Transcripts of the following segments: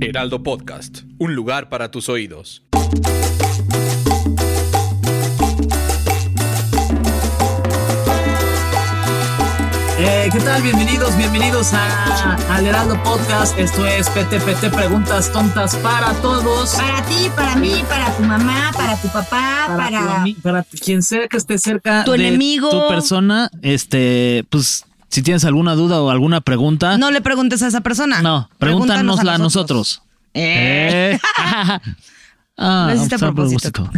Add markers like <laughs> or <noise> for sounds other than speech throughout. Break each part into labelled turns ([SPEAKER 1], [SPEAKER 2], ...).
[SPEAKER 1] Heraldo Podcast, un lugar para tus oídos.
[SPEAKER 2] Eh, ¿Qué tal? Bienvenidos, bienvenidos a, al Heraldo Podcast. Esto es PTPT Preguntas Tontas para Todos.
[SPEAKER 3] Para ti, para mí, para tu mamá, para tu papá, para,
[SPEAKER 2] tu ami- para quien sea que esté cerca
[SPEAKER 3] Tu
[SPEAKER 2] de
[SPEAKER 3] enemigo.
[SPEAKER 2] tu
[SPEAKER 4] tu persona, este, pues si tienes alguna duda o alguna pregunta, no,
[SPEAKER 3] No le preguntes a esa persona.
[SPEAKER 4] pregúntanosla
[SPEAKER 3] Pregúntanos
[SPEAKER 4] Ah. a nosotros.
[SPEAKER 3] Eh. <laughs>
[SPEAKER 2] <laughs>
[SPEAKER 4] Eh. Ah,
[SPEAKER 3] Lo hiciste a
[SPEAKER 4] por
[SPEAKER 3] propósito.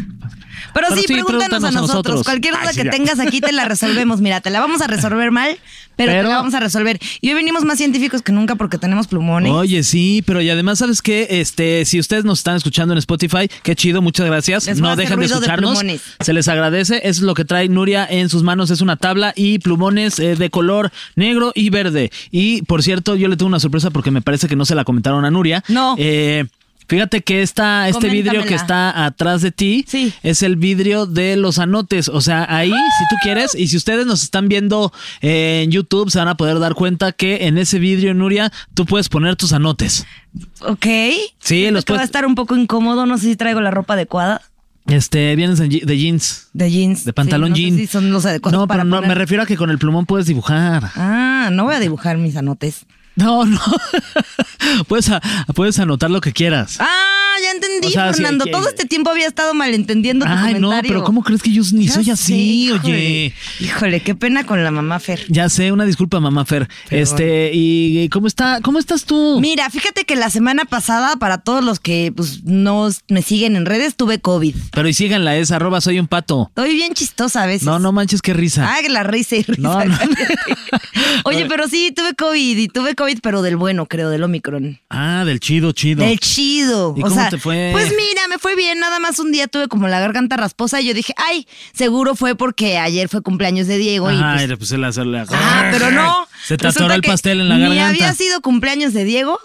[SPEAKER 3] Pero, sí, pregúntanos, a nosotros. Cualquier duda que tengas aquí te la resolvemos. Mira, te la vamos a resolver mal, pero, te
[SPEAKER 4] Pero-
[SPEAKER 3] la vamos a resolver. Y hoy venimos más científicos que nunca porque tenemos plumones.
[SPEAKER 4] Oye, sí, pero y además, ¿sabes qué? Este, si ustedes nos están escuchando en Spotify, qué chido, muchas gracias.
[SPEAKER 3] Les voy a
[SPEAKER 4] no
[SPEAKER 3] hacer
[SPEAKER 4] dejen de
[SPEAKER 3] ruido de
[SPEAKER 4] escucharnos.
[SPEAKER 3] plumones.
[SPEAKER 4] Se les agradece. Es lo que trae Nuria en sus manos. Es una tabla y plumones eh, de color negro y verde. Y por cierto, yo le tengo una sorpresa porque me parece que no se la comentaron a Nuria.
[SPEAKER 3] No.
[SPEAKER 4] Eh, Fíjate que esta, este vidrio que
[SPEAKER 3] Coméntamela.
[SPEAKER 4] está atrás de ti
[SPEAKER 3] Sí.
[SPEAKER 4] es el vidrio de los anotes. O sea, ahí, si tú quieres, y si ustedes nos están viendo eh, en YouTube, se van a poder dar cuenta que en ese vidrio, Nuria, tú puedes poner tus anotes.
[SPEAKER 3] Ok.
[SPEAKER 4] Sí,
[SPEAKER 3] Siento
[SPEAKER 4] los
[SPEAKER 3] que va a
[SPEAKER 4] puedes-
[SPEAKER 3] estar un poco incómodo. No sé si traigo la ropa adecuada
[SPEAKER 4] Este, vienes en ye- de jeans.
[SPEAKER 3] de jeans.
[SPEAKER 4] De pantalón
[SPEAKER 3] Sí, no sé
[SPEAKER 4] jean.
[SPEAKER 3] si son los adecuados
[SPEAKER 4] No,
[SPEAKER 3] para
[SPEAKER 4] pero no,
[SPEAKER 3] poner.
[SPEAKER 4] me refiero a que con el plumón puedes dibujar.
[SPEAKER 3] Ah, no voy a dibujar mis anotes.
[SPEAKER 4] No, no. <laughs> puedes, a- puedes anotar lo que quieras.
[SPEAKER 3] Ah, ya entendí,
[SPEAKER 4] O sea, sí,
[SPEAKER 3] Fernando.
[SPEAKER 4] que-
[SPEAKER 3] Todo este tiempo había estado malentendiendo tu
[SPEAKER 4] Ay, no,
[SPEAKER 3] comentario.
[SPEAKER 4] pero ¿cómo crees que yo ni
[SPEAKER 3] Ya
[SPEAKER 4] soy
[SPEAKER 3] sé,
[SPEAKER 4] así,
[SPEAKER 3] híjole.
[SPEAKER 4] oye?
[SPEAKER 3] Híjole, qué pena con la mamá Fer.
[SPEAKER 4] Ya sé, una disculpa, mamá Fer. Este, y y ¿cómo está? ¿Cómo estás tú?
[SPEAKER 3] Mira, fíjate que la semana pasada, para todos los que pues, no me siguen en redes, tuve COVID.
[SPEAKER 4] Pero y síganla, es arroba soy un pato.
[SPEAKER 3] Estoy bien chistosa a veces.
[SPEAKER 4] No, no manches, qué risa.
[SPEAKER 3] Ay, la risa y risa.
[SPEAKER 4] No, no.
[SPEAKER 3] <laughs>
[SPEAKER 4] <laughs>
[SPEAKER 3] Oye, pero sí, tuve COVID y tuve COVID, pero del bueno, creo, del Omicron.
[SPEAKER 4] Ah, del chido, chido.
[SPEAKER 3] Del chido.
[SPEAKER 4] ¿Y
[SPEAKER 3] o
[SPEAKER 4] cómo
[SPEAKER 3] sea,
[SPEAKER 4] te fue?
[SPEAKER 3] Pues mira, me fue bien. Nada más un día tuve como la garganta rasposa y yo dije, ay, seguro fue porque ayer fue cumpleaños de Diego y pues,
[SPEAKER 4] Ay, le puse la la-
[SPEAKER 3] Ah, pero no.
[SPEAKER 4] Se te
[SPEAKER 3] Resulta
[SPEAKER 4] atoró el
[SPEAKER 3] que
[SPEAKER 4] pastel en la
[SPEAKER 3] Ni
[SPEAKER 4] garganta.
[SPEAKER 3] había sido cumpleaños de Diego,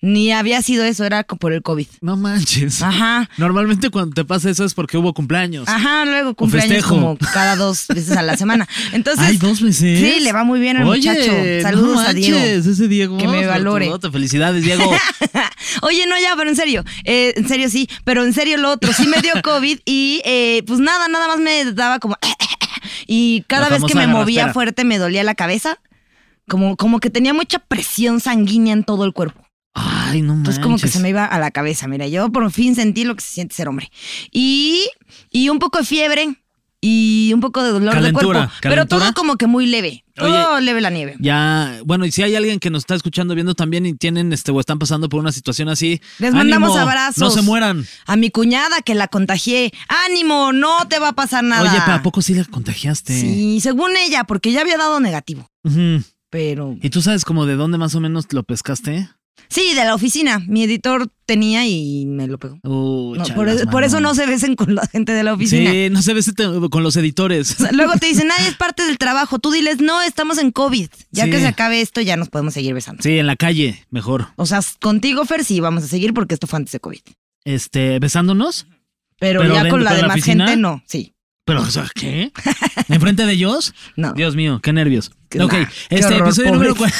[SPEAKER 3] ni había sido eso, era co- por el COVID.
[SPEAKER 4] No manches.
[SPEAKER 3] Ajá.
[SPEAKER 4] Normalmente cuando te pasa eso es porque hubo cumpleaños.
[SPEAKER 3] Ajá, luego cumpleaños
[SPEAKER 4] festejo.
[SPEAKER 3] como cada dos veces a
[SPEAKER 4] <laughs>
[SPEAKER 3] la semana. Entonces.
[SPEAKER 4] Ay, dos veces.
[SPEAKER 3] Sí, le va muy bien al
[SPEAKER 4] Oye,
[SPEAKER 3] muchacho.
[SPEAKER 4] no
[SPEAKER 3] Saludos a
[SPEAKER 4] manches,
[SPEAKER 3] Diego.
[SPEAKER 4] ese Diego.
[SPEAKER 3] Que me valore.
[SPEAKER 4] saludote, Felicidades,
[SPEAKER 3] <laughs>
[SPEAKER 4] Diego.
[SPEAKER 3] Oye, no, ya, pero en serio, eh, en serio sí, pero en serio lo otro, sí me
[SPEAKER 4] <laughs>
[SPEAKER 3] dio COVID y eh, pues nada, nada más me daba como... <laughs> y cada
[SPEAKER 4] La
[SPEAKER 3] vez que me
[SPEAKER 4] famosa
[SPEAKER 3] movía
[SPEAKER 4] garraspera.
[SPEAKER 3] fuerte me dolía la cabeza, como, como que tenía mucha presión sanguínea en todo el cuerpo.
[SPEAKER 4] Ay, no manches.
[SPEAKER 3] Entonces como que se me iba a la cabeza, mira, yo por fin sentí lo que se siente ser hombre. Y, y un poco de fiebre y un poco de dolor de
[SPEAKER 4] Calentura,
[SPEAKER 3] cuerpo, pero todo
[SPEAKER 4] calentura.
[SPEAKER 3] como que muy leve, todo leve la nieve.
[SPEAKER 4] Ya, bueno, y si hay alguien que nos está escuchando, viendo también y tienen este o están pasando por una situación así,
[SPEAKER 3] Les mandamos
[SPEAKER 4] ánimo,
[SPEAKER 3] abrazos.
[SPEAKER 4] No se mueran.
[SPEAKER 3] A mi cuñada que la contagié. Ánimo, no te va a pasar nada.
[SPEAKER 4] Oye, pero ¿a poco sí la contagiaste?
[SPEAKER 3] Sí, según ella, porque ya había dado negativo.
[SPEAKER 4] Ujú.
[SPEAKER 3] Pero
[SPEAKER 4] ¿Y tú sabes como de dónde más o menos lo pescaste?
[SPEAKER 3] sí, de la oficina. Mi editor tenía y me lo pegó.
[SPEAKER 4] Uh,
[SPEAKER 3] No,
[SPEAKER 4] chalas,
[SPEAKER 3] por, eso- por
[SPEAKER 4] mano.
[SPEAKER 3] eso no se besen con la gente de la oficina.
[SPEAKER 4] Sí, no se ve con los editores.
[SPEAKER 3] <laughs> O sea, luego te dicen, nadie es parte del trabajo. Tú diles, no, estamos en COVID. Ya
[SPEAKER 4] Sí.
[SPEAKER 3] que se acabe esto, ya nos podemos seguir besando.
[SPEAKER 4] Sí, en la calle, mejor.
[SPEAKER 3] O sea, contigo, Fer, sí, vamos a seguir porque esto fue antes de COVID.
[SPEAKER 4] Este, besándonos.
[SPEAKER 3] Pero,
[SPEAKER 4] Pero
[SPEAKER 3] ya
[SPEAKER 4] dentro
[SPEAKER 3] con la
[SPEAKER 4] de la
[SPEAKER 3] demás
[SPEAKER 4] oficina,
[SPEAKER 3] gente, no. Sí, <laughs>
[SPEAKER 4] Pero, o sea, ¿qué? ¿Enfrente de ellos?
[SPEAKER 3] no.
[SPEAKER 4] Dios mío, qué nervios.
[SPEAKER 3] Qué-
[SPEAKER 4] ok,
[SPEAKER 3] nah, qué
[SPEAKER 4] este
[SPEAKER 3] horror,
[SPEAKER 4] episodio
[SPEAKER 3] pobre. <laughs>
[SPEAKER 4] número 4.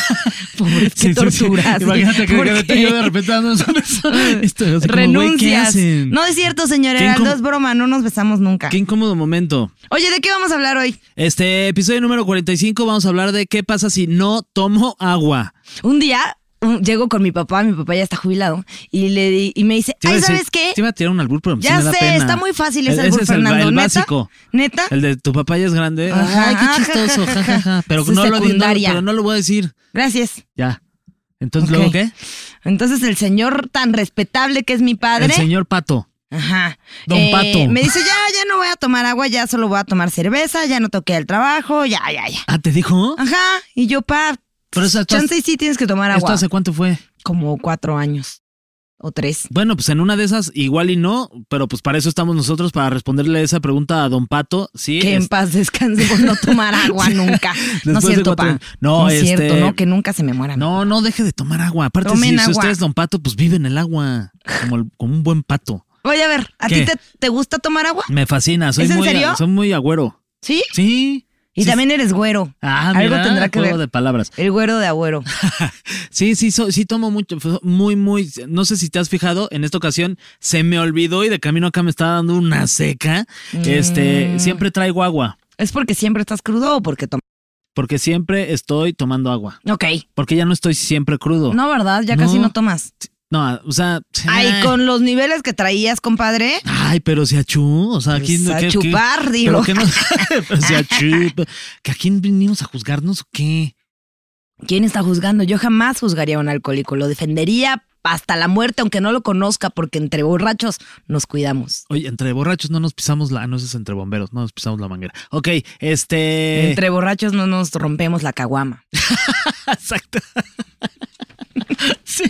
[SPEAKER 3] Pobre, qué tortura, sí.
[SPEAKER 4] Imagínate que,
[SPEAKER 3] ¿Por
[SPEAKER 4] que me estoy
[SPEAKER 3] qué?
[SPEAKER 4] yo de repente dando un
[SPEAKER 3] <laughs>
[SPEAKER 4] beso. Esto, o sea, como, güey, ¿qué
[SPEAKER 3] Renuncias.
[SPEAKER 4] hacen?
[SPEAKER 3] no es cierto, señor
[SPEAKER 4] Qué
[SPEAKER 3] Heraldo,
[SPEAKER 4] incom-
[SPEAKER 3] es broma, no nos besamos nunca.
[SPEAKER 4] Qué incómodo momento.
[SPEAKER 3] Oye, ¿de qué vamos a hablar hoy?
[SPEAKER 4] Este episodio número 45 vamos a hablar de qué pasa si no tomo agua.
[SPEAKER 3] Un día un- llego con mi papá, mi papá ya está jubilado, y le di- y me dice,
[SPEAKER 4] Te iba a
[SPEAKER 3] ay,
[SPEAKER 4] decir-
[SPEAKER 3] ¿sabes qué?
[SPEAKER 4] Te iba a tirar un albur, pero sí
[SPEAKER 3] Ya
[SPEAKER 4] me da
[SPEAKER 3] sé,
[SPEAKER 4] pena.
[SPEAKER 3] está muy fácil ese
[SPEAKER 4] E-
[SPEAKER 3] albur,
[SPEAKER 4] es el-
[SPEAKER 3] Fernando.
[SPEAKER 4] El,
[SPEAKER 3] ¿Neta?
[SPEAKER 4] básico.
[SPEAKER 3] ¿Neta?
[SPEAKER 4] El de tu papá ya es grande.
[SPEAKER 3] Ajá.
[SPEAKER 4] Ay, qué chistoso. ja, ja, ja. Pero,
[SPEAKER 3] Su
[SPEAKER 4] no lo, di- no-
[SPEAKER 3] secundaria.
[SPEAKER 4] pero no lo voy a decir.
[SPEAKER 3] Gracias.
[SPEAKER 4] Ya. Entonces,
[SPEAKER 3] Ok.
[SPEAKER 4] ¿luego qué?
[SPEAKER 3] Entonces el señor tan respetable que es mi padre,
[SPEAKER 4] El señor Pato.
[SPEAKER 3] ajá, eh,
[SPEAKER 4] Don Pato.
[SPEAKER 3] me dice, ya, ya no voy a tomar agua, ya solo voy a tomar cerveza, ya no toqué el trabajo, ya, ya, ya.
[SPEAKER 4] Ah, ¿te dijo?
[SPEAKER 3] Ajá, y yo, pa,
[SPEAKER 4] Pero eso, esto-
[SPEAKER 3] Chance y sí tienes que tomar
[SPEAKER 4] ¿Esto
[SPEAKER 3] agua.
[SPEAKER 4] hace cuánto fue?
[SPEAKER 3] Como cuatro años o tres.
[SPEAKER 4] Bueno, pues en una de esas igual y no, pero pues para eso estamos nosotros, para responderle esa pregunta a Don Pato. Sí,
[SPEAKER 3] Que en
[SPEAKER 4] es-
[SPEAKER 3] paz descanse por no
[SPEAKER 4] <laughs>
[SPEAKER 3] tomar agua nunca. no
[SPEAKER 4] Después
[SPEAKER 3] es
[SPEAKER 4] de
[SPEAKER 3] cierto,
[SPEAKER 4] cuatro-
[SPEAKER 3] pa.
[SPEAKER 4] No,
[SPEAKER 3] es
[SPEAKER 4] este-
[SPEAKER 3] cierto, ¿no? Que nunca se me muera.
[SPEAKER 4] No, no deje de tomar agua. Aparte, si,
[SPEAKER 3] Tomen
[SPEAKER 4] si
[SPEAKER 3] agua.
[SPEAKER 4] usted es Don Pato, pues vive en el agua, como, el- como un buen pato.
[SPEAKER 3] Oye, a ver, ¿a
[SPEAKER 4] ¿Qué?
[SPEAKER 3] ti te, te gusta tomar agua?
[SPEAKER 4] Me fascina, soy,
[SPEAKER 3] ¿Es en
[SPEAKER 4] muy,
[SPEAKER 3] serio?
[SPEAKER 4] soy muy agüero.
[SPEAKER 3] Sí.
[SPEAKER 4] Sí.
[SPEAKER 3] Y
[SPEAKER 4] Sí,
[SPEAKER 3] también eres güero.
[SPEAKER 4] Ah,
[SPEAKER 3] Algo
[SPEAKER 4] mira,
[SPEAKER 3] tendrá que
[SPEAKER 4] juego
[SPEAKER 3] ver.
[SPEAKER 4] de palabras.
[SPEAKER 3] El güero de agüero.
[SPEAKER 4] Sí, sí, so- sí tomo mucho, f- muy, muy, no sé si te has fijado, en esta ocasión se me olvidó y de camino acá me está dando una seca.
[SPEAKER 3] Mm.
[SPEAKER 4] Este, siempre traigo agua,
[SPEAKER 3] ¿Es porque siempre estás crudo o porque tomas?
[SPEAKER 4] porque siempre estoy tomando agua,
[SPEAKER 3] Ok.
[SPEAKER 4] porque ya no estoy siempre crudo.
[SPEAKER 3] No, ¿verdad? Ya
[SPEAKER 4] No.
[SPEAKER 3] casi no tomas.
[SPEAKER 4] No, o sea,
[SPEAKER 3] Ay,
[SPEAKER 4] ah,
[SPEAKER 3] con los niveles que traías, compadre.
[SPEAKER 4] Ay, pero si achú, o sea, aquí
[SPEAKER 3] Pues, a
[SPEAKER 4] qué- qué-
[SPEAKER 3] chupar,
[SPEAKER 4] pero
[SPEAKER 3] digo. <laughs>
[SPEAKER 4] que no, <laughs> pero si achú, pero- que a quién venimos a juzgarnos o qué?
[SPEAKER 3] ¿Quién está juzgando? Yo jamás juzgaría a un alcohólico. Lo defendería hasta la muerte, aunque no lo conozca, porque entre borrachos nos cuidamos.
[SPEAKER 4] Oye, entre borrachos no nos pisamos la, no eso es entre bomberos, no nos pisamos la manguera. Ok, este
[SPEAKER 3] Entre borrachos no nos rompemos la caguama. <laughs>
[SPEAKER 4] Exacto. sí.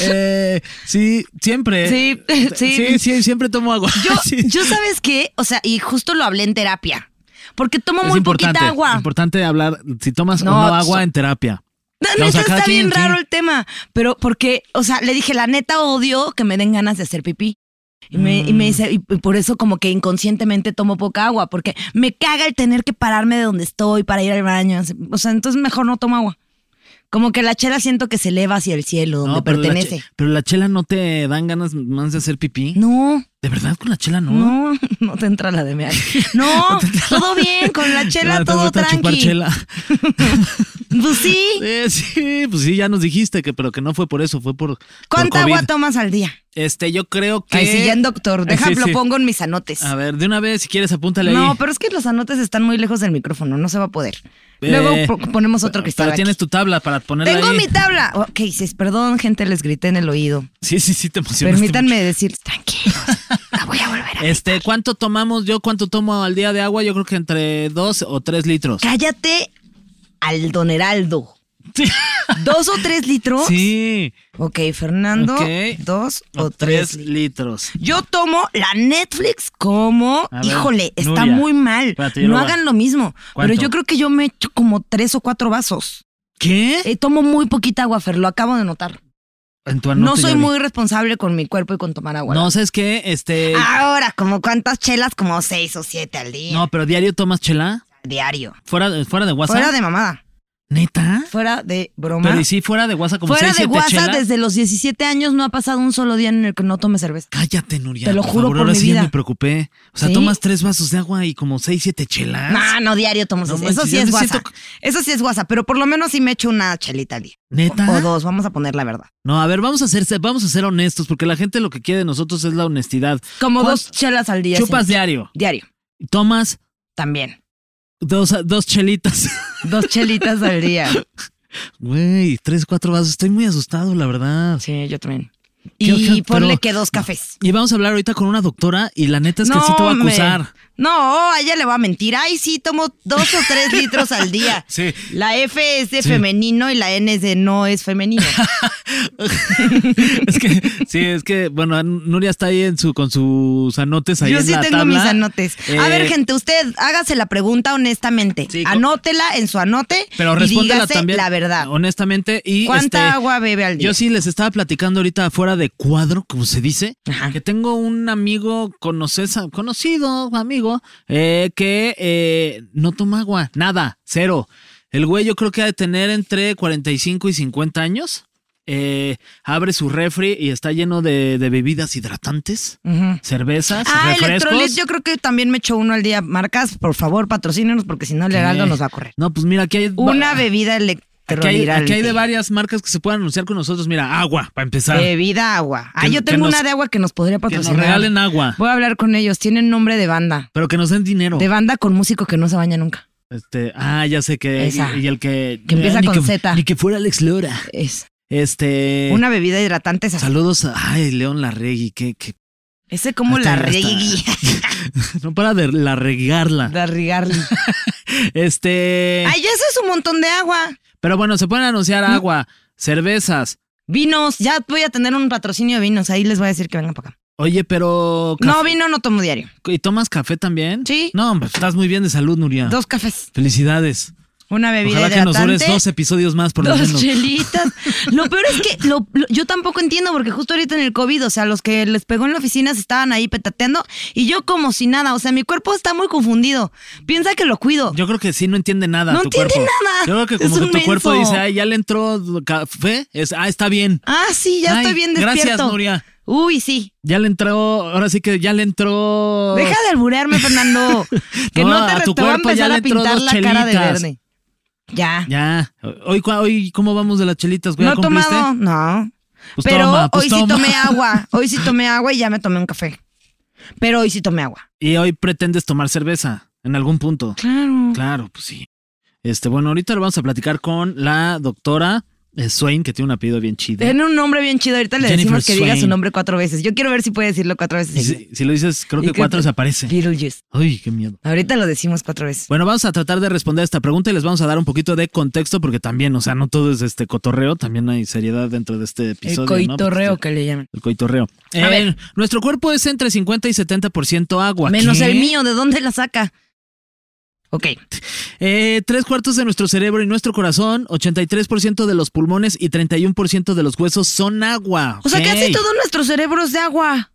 [SPEAKER 4] Eh, sí, siempre.
[SPEAKER 3] Sí, <laughs> sí.
[SPEAKER 4] Eh, Sí, sí, siempre tomo agua.
[SPEAKER 3] Yo,
[SPEAKER 4] <laughs> Sí.
[SPEAKER 3] yo sabes qué, o sea, y justo lo hablé en terapia, porque tomo
[SPEAKER 4] Es
[SPEAKER 3] muy
[SPEAKER 4] importante,
[SPEAKER 3] poquita agua.
[SPEAKER 4] importante hablar si tomas o
[SPEAKER 3] No,
[SPEAKER 4] no agua
[SPEAKER 3] so-
[SPEAKER 4] en terapia.
[SPEAKER 3] La
[SPEAKER 4] No, o
[SPEAKER 3] neta
[SPEAKER 4] sea, cada
[SPEAKER 3] está bien
[SPEAKER 4] quien, sí.
[SPEAKER 3] raro el tema, pero porque, o sea, le dije, la neta odio que me den ganas de hacer pipí. Y me,
[SPEAKER 4] Mm.
[SPEAKER 3] y me dice, y y por eso como que inconscientemente tomo poca agua, porque me caga el tener que pararme de donde estoy para ir al baño. así. O sea, entonces mejor no tomo agua. Como que la chela siento que se eleva hacia el cielo, donde
[SPEAKER 4] No, pero la
[SPEAKER 3] pertenece.
[SPEAKER 4] che- pero la chela no te dan ganas más de hacer pipí.
[SPEAKER 3] No,
[SPEAKER 4] De verdad con la chela no.
[SPEAKER 3] no, <laughs> no te entra la de mear.
[SPEAKER 4] <laughs>
[SPEAKER 3] No, todo bien, con la chela
[SPEAKER 4] Ah, te
[SPEAKER 3] todo
[SPEAKER 4] gusta chupar
[SPEAKER 3] tranqui.
[SPEAKER 4] chela.
[SPEAKER 3] Pues sí.
[SPEAKER 4] Eh, sí, pues sí, ya nos dijiste que, pero que no fue por eso, fue por. por
[SPEAKER 3] ¿Cuánta
[SPEAKER 4] COVID.
[SPEAKER 3] agua tomas al día?
[SPEAKER 4] Este, yo creo que.
[SPEAKER 3] Ay, sí, ya en doctor.
[SPEAKER 4] Eh, <laughs> sí,
[SPEAKER 3] Déjame,
[SPEAKER 4] sí.
[SPEAKER 3] lo pongo en mis anotes.
[SPEAKER 4] A ver, de una vez, si quieres, apúntale ahí.
[SPEAKER 3] No, pero es que los anotes están muy lejos del micrófono, no se va a poder.
[SPEAKER 4] Eh,
[SPEAKER 3] Luego po- ponemos otro que está
[SPEAKER 4] Pero tienes tu tabla para ponerla
[SPEAKER 3] Tengo
[SPEAKER 4] ahí.
[SPEAKER 3] mi tabla. Ok, dices, perdón, gente, les grité en el oído.
[SPEAKER 4] <laughs> Sí, sí, sí, te emocionaste.
[SPEAKER 3] Permítanme decir, tranquilos, la voy a volver
[SPEAKER 4] <laughs>
[SPEAKER 3] a...
[SPEAKER 4] mucho. Este, ¿cuánto tomamos? Yo, ¿cuánto tomo al día de agua? Yo creo que entre dos o tres litros.
[SPEAKER 3] Cállate al don Heraldo.
[SPEAKER 4] Sí.
[SPEAKER 3] ¿Dos o tres litros?
[SPEAKER 4] Sí.
[SPEAKER 3] Ok, Fernando,
[SPEAKER 4] Ok.
[SPEAKER 3] dos o, tres
[SPEAKER 4] litros.
[SPEAKER 3] litros. Yo tomo la Netflix como,
[SPEAKER 4] A ver,
[SPEAKER 3] híjole, está
[SPEAKER 4] Nuria.
[SPEAKER 3] muy mal.
[SPEAKER 4] Espérate, yo
[SPEAKER 3] no
[SPEAKER 4] lo voy a-
[SPEAKER 3] hagan lo mismo.
[SPEAKER 4] ¿Cuánto?
[SPEAKER 3] Pero yo creo que yo me echo como tres o cuatro vasos.
[SPEAKER 4] ¿Qué?
[SPEAKER 3] Eh, tomo muy poquita agua, Fer, lo acabo de notar.
[SPEAKER 4] En tu
[SPEAKER 3] No,
[SPEAKER 4] anote
[SPEAKER 3] soy
[SPEAKER 4] ya vi.
[SPEAKER 3] muy responsable con mi cuerpo y con tomar agua.
[SPEAKER 4] No, ¿sabes qué? Este.
[SPEAKER 3] Ahora, como cuántas chelas, como seis o siete al día,
[SPEAKER 4] No, pero diario tomas chela.
[SPEAKER 3] diario.
[SPEAKER 4] Fuera de, fuera de WhatsApp.
[SPEAKER 3] Fuera de mamada,
[SPEAKER 4] ¿Neta?
[SPEAKER 3] fuera de broma.
[SPEAKER 4] Pero y sí, fuera de WhatsApp, como
[SPEAKER 3] fuera
[SPEAKER 4] seis,
[SPEAKER 3] de
[SPEAKER 4] siete
[SPEAKER 3] WhatsApp,
[SPEAKER 4] chelas.
[SPEAKER 3] desde los 17 años no ha pasado un solo día en el que no tome cerveza.
[SPEAKER 4] Cállate, Nuria.
[SPEAKER 3] Te lo juro
[SPEAKER 4] favor,
[SPEAKER 3] por
[SPEAKER 4] ahora
[SPEAKER 3] mi
[SPEAKER 4] sí ya
[SPEAKER 3] vida.
[SPEAKER 4] me preocupé. O sea,
[SPEAKER 3] ¿Sí?
[SPEAKER 4] tomas tres vasos de agua y como seis, siete chelas.
[SPEAKER 3] No, no, diario tomo
[SPEAKER 4] ¿Ah? No
[SPEAKER 3] cerveza.
[SPEAKER 4] manches,
[SPEAKER 3] Eso sí
[SPEAKER 4] yo
[SPEAKER 3] es
[SPEAKER 4] me siento
[SPEAKER 3] WhatsApp. Eso sí es WhatsApp, pero por lo menos sí me echo una chelita al día.
[SPEAKER 4] ¿Neta?
[SPEAKER 3] O dos, vamos a poner la verdad.
[SPEAKER 4] No, a ver, vamos a ser, vamos a ser honestos, porque la gente lo que quiere de nosotros es la honestidad.
[SPEAKER 3] Como
[SPEAKER 4] ¿Cuán-
[SPEAKER 3] dos chelas al día.
[SPEAKER 4] Chupas
[SPEAKER 3] sí.
[SPEAKER 4] diario,
[SPEAKER 3] diario.
[SPEAKER 4] tomas
[SPEAKER 3] También.
[SPEAKER 4] dos, dos chelitas.
[SPEAKER 3] Dos chelitas al día.
[SPEAKER 4] <laughs> Güey, tres, cuatro vasos. Estoy muy asustado, la verdad.
[SPEAKER 3] <laughs> Sí, yo también.
[SPEAKER 4] Qué
[SPEAKER 3] Y
[SPEAKER 4] ojete,
[SPEAKER 3] ponle
[SPEAKER 4] pero-
[SPEAKER 3] que dos cafés.
[SPEAKER 4] Y vamos a hablar ahorita con una doctora y la neta es que sí te va a
[SPEAKER 3] me-
[SPEAKER 4] acusar. <laughs>
[SPEAKER 3] No, a ella le va a mentir. Ay, sí, tomo dos o tres litros al día.
[SPEAKER 4] <laughs> Sí.
[SPEAKER 3] La F es de
[SPEAKER 4] Sí.
[SPEAKER 3] femenino y la N es de no
[SPEAKER 4] <laughs>
[SPEAKER 3] es femenino.
[SPEAKER 4] es que, sí, es que, bueno, Nuria está ahí en su, con sus anotes ahí
[SPEAKER 3] Yo
[SPEAKER 4] en
[SPEAKER 3] sí
[SPEAKER 4] la
[SPEAKER 3] tengo
[SPEAKER 4] tabla.
[SPEAKER 3] mis anotes. A
[SPEAKER 4] Eh,
[SPEAKER 3] ver, gente, usted hágase la pregunta honestamente.
[SPEAKER 4] Sí, co-
[SPEAKER 3] Anótela en su anote
[SPEAKER 4] Pero
[SPEAKER 3] y
[SPEAKER 4] respóndela
[SPEAKER 3] dígase
[SPEAKER 4] también.
[SPEAKER 3] la verdad.
[SPEAKER 4] Honestamente, y
[SPEAKER 3] ¿Cuánta
[SPEAKER 4] este,
[SPEAKER 3] agua bebe al día?
[SPEAKER 4] Yo sí les estaba platicando ahorita fuera de cuadro, como se dice, que tengo un amigo conocesa- conocido, amigo, eh, que eh, no toma agua, nada, cero. El güey yo creo que ha de tener entre 45 y 50 años. Eh, abre su refri y está lleno de, de bebidas hidratantes,
[SPEAKER 3] Ujú.
[SPEAKER 4] cervezas,
[SPEAKER 3] Ah,
[SPEAKER 4] refrescos.
[SPEAKER 3] Electrolit, yo creo que también me echo uno al día. Marcas, por favor, patrocínenos porque si no, el Heraldo
[SPEAKER 4] ¿Qué?
[SPEAKER 3] nos va a correr.
[SPEAKER 4] No, pues mira, aquí hay...
[SPEAKER 3] Una
[SPEAKER 4] va-
[SPEAKER 3] bebida
[SPEAKER 4] Aquí hay,
[SPEAKER 3] electrolirante.
[SPEAKER 4] aquí hay de varias marcas que se puedan anunciar con nosotros. Mira, agua, para empezar.
[SPEAKER 3] Bebida agua. Ah,
[SPEAKER 4] Que-
[SPEAKER 3] yo
[SPEAKER 4] que
[SPEAKER 3] tengo
[SPEAKER 4] nos-
[SPEAKER 3] una de agua que nos podría
[SPEAKER 4] que nos
[SPEAKER 3] patrocinar.
[SPEAKER 4] regalen agua,
[SPEAKER 3] Voy a hablar con ellos. Tienen nombre de banda.
[SPEAKER 4] pero que nos den dinero.
[SPEAKER 3] De banda con músico que no se baña nunca.
[SPEAKER 4] Este, ah, ya sé que.
[SPEAKER 3] Esa.
[SPEAKER 4] Y, y el que. eh,
[SPEAKER 3] Que empieza
[SPEAKER 4] ni
[SPEAKER 3] con
[SPEAKER 4] que-
[SPEAKER 3] Z.
[SPEAKER 4] Ni que fuera Alex Lora.
[SPEAKER 3] Es
[SPEAKER 4] Este.
[SPEAKER 3] una bebida hidratante. Esa.
[SPEAKER 4] Saludos a. Ay, León Larregui. Que, que <laughs>
[SPEAKER 3] Ese como
[SPEAKER 4] hasta-
[SPEAKER 3] la <laughs>
[SPEAKER 4] hasta-
[SPEAKER 3] regui.
[SPEAKER 4] no para de la regarla.
[SPEAKER 3] La regarli.
[SPEAKER 4] Este.
[SPEAKER 3] Ay, ya eso es un montón de agua.
[SPEAKER 4] Pero bueno, se pueden anunciar agua, cervezas.
[SPEAKER 3] Vinos, ya voy a tener un patrocinio de vinos. Ahí les voy a decir que vengan para acá.
[SPEAKER 4] Oye, pero. caf-
[SPEAKER 3] No, vino no tomo diario.
[SPEAKER 4] ¿Y tomas café también?
[SPEAKER 3] Sí.
[SPEAKER 4] No, hombre, pues, estás muy bien de salud, Nuria.
[SPEAKER 3] Dos cafés,
[SPEAKER 4] Felicidades.
[SPEAKER 3] una bebida
[SPEAKER 4] Ah. Ojalá que nos
[SPEAKER 3] hidratante.
[SPEAKER 4] dures dos episodios más, por lo
[SPEAKER 3] Dos
[SPEAKER 4] menos.
[SPEAKER 3] chelitas.
[SPEAKER 4] <laughs>
[SPEAKER 3] Lo peor es que lo- lo- yo tampoco entiendo, porque justo ahorita en el COVID, o sea, los que les pegó en la oficina se estaban ahí petateando y yo como si nada, o sea, mi cuerpo está muy confundido. Piensa que lo cuido.
[SPEAKER 4] Yo creo que sí, no entiende nada
[SPEAKER 3] No
[SPEAKER 4] tu
[SPEAKER 3] entiende
[SPEAKER 4] cuerpo.
[SPEAKER 3] nada.
[SPEAKER 4] Yo creo que
[SPEAKER 3] Es
[SPEAKER 4] como
[SPEAKER 3] un
[SPEAKER 4] que tu
[SPEAKER 3] menso.
[SPEAKER 4] cuerpo dice, ay, ya le entró café. Es, ah, está bien.
[SPEAKER 3] Ah, sí, ya
[SPEAKER 4] Ay,
[SPEAKER 3] estoy bien
[SPEAKER 4] gracias,
[SPEAKER 3] despierto.
[SPEAKER 4] Nuria.
[SPEAKER 3] Uy, sí.
[SPEAKER 4] Ya le entró, ahora sí que ya le entró.
[SPEAKER 3] Deja de
[SPEAKER 4] <laughs>
[SPEAKER 3] alburearme, Fernando. Que
[SPEAKER 4] No,
[SPEAKER 3] no, te,
[SPEAKER 4] a tu
[SPEAKER 3] te voy a
[SPEAKER 4] cuerpo ya
[SPEAKER 3] empezar
[SPEAKER 4] le
[SPEAKER 3] a
[SPEAKER 4] entró
[SPEAKER 3] pintar
[SPEAKER 4] dos
[SPEAKER 3] la cara de
[SPEAKER 4] chelitas.
[SPEAKER 3] verde. Ya.
[SPEAKER 4] Ya. Hoy, cua- hoy, ¿cómo vamos de las chelitas, güey?
[SPEAKER 3] No
[SPEAKER 4] ¿Ya
[SPEAKER 3] he
[SPEAKER 4] cumpliste?
[SPEAKER 3] tomado, no.
[SPEAKER 4] Pues
[SPEAKER 3] Pero
[SPEAKER 4] toma, pues
[SPEAKER 3] hoy sí
[SPEAKER 4] toma. <laughs>
[SPEAKER 3] tomé agua. Hoy sí tomé agua y ya me tomé un café. Pero hoy sí tomé agua.
[SPEAKER 4] Y hoy pretendes tomar cerveza en algún punto.
[SPEAKER 3] Claro.
[SPEAKER 4] Claro, pues sí. Este, bueno, ahorita lo vamos a platicar con la doctora eh, Swain, que tiene un apellido bien chido.
[SPEAKER 3] Tiene un nombre bien chido. Ahorita le
[SPEAKER 4] Jennifer
[SPEAKER 3] decimos que diga
[SPEAKER 4] Swain.
[SPEAKER 3] su nombre cuatro veces. Yo quiero ver si puede decirlo cuatro veces.
[SPEAKER 4] Y
[SPEAKER 3] seguidas.
[SPEAKER 4] si, si lo dices, creo
[SPEAKER 3] Y
[SPEAKER 4] que
[SPEAKER 3] que-
[SPEAKER 4] cuatro desaparece.
[SPEAKER 3] Beetlejuice.
[SPEAKER 4] Ay, qué miedo.
[SPEAKER 3] Ahorita lo decimos cuatro veces.
[SPEAKER 4] Bueno, vamos a tratar de responder esta pregunta y les vamos a dar un poquito de contexto porque también, o sea, no todo es este cotorreo, también hay seriedad dentro de este episodio.
[SPEAKER 3] El
[SPEAKER 4] ¿no?
[SPEAKER 3] coitorreo
[SPEAKER 4] Porque-
[SPEAKER 3] que le llaman.
[SPEAKER 4] El coitorreo.
[SPEAKER 3] A
[SPEAKER 4] Eh,
[SPEAKER 3] ver.
[SPEAKER 4] Nuestro cuerpo es entre 50 y 70% agua.
[SPEAKER 3] Menos
[SPEAKER 4] ¿Qué?
[SPEAKER 3] el mío, ¿de dónde la saca? Ok.
[SPEAKER 4] Eh, tres cuartos de nuestro cerebro y nuestro corazón, 83% de los pulmones y 31% de los huesos son agua.
[SPEAKER 3] O sea,
[SPEAKER 4] Ok.
[SPEAKER 3] casi todo nuestro cerebro es de agua.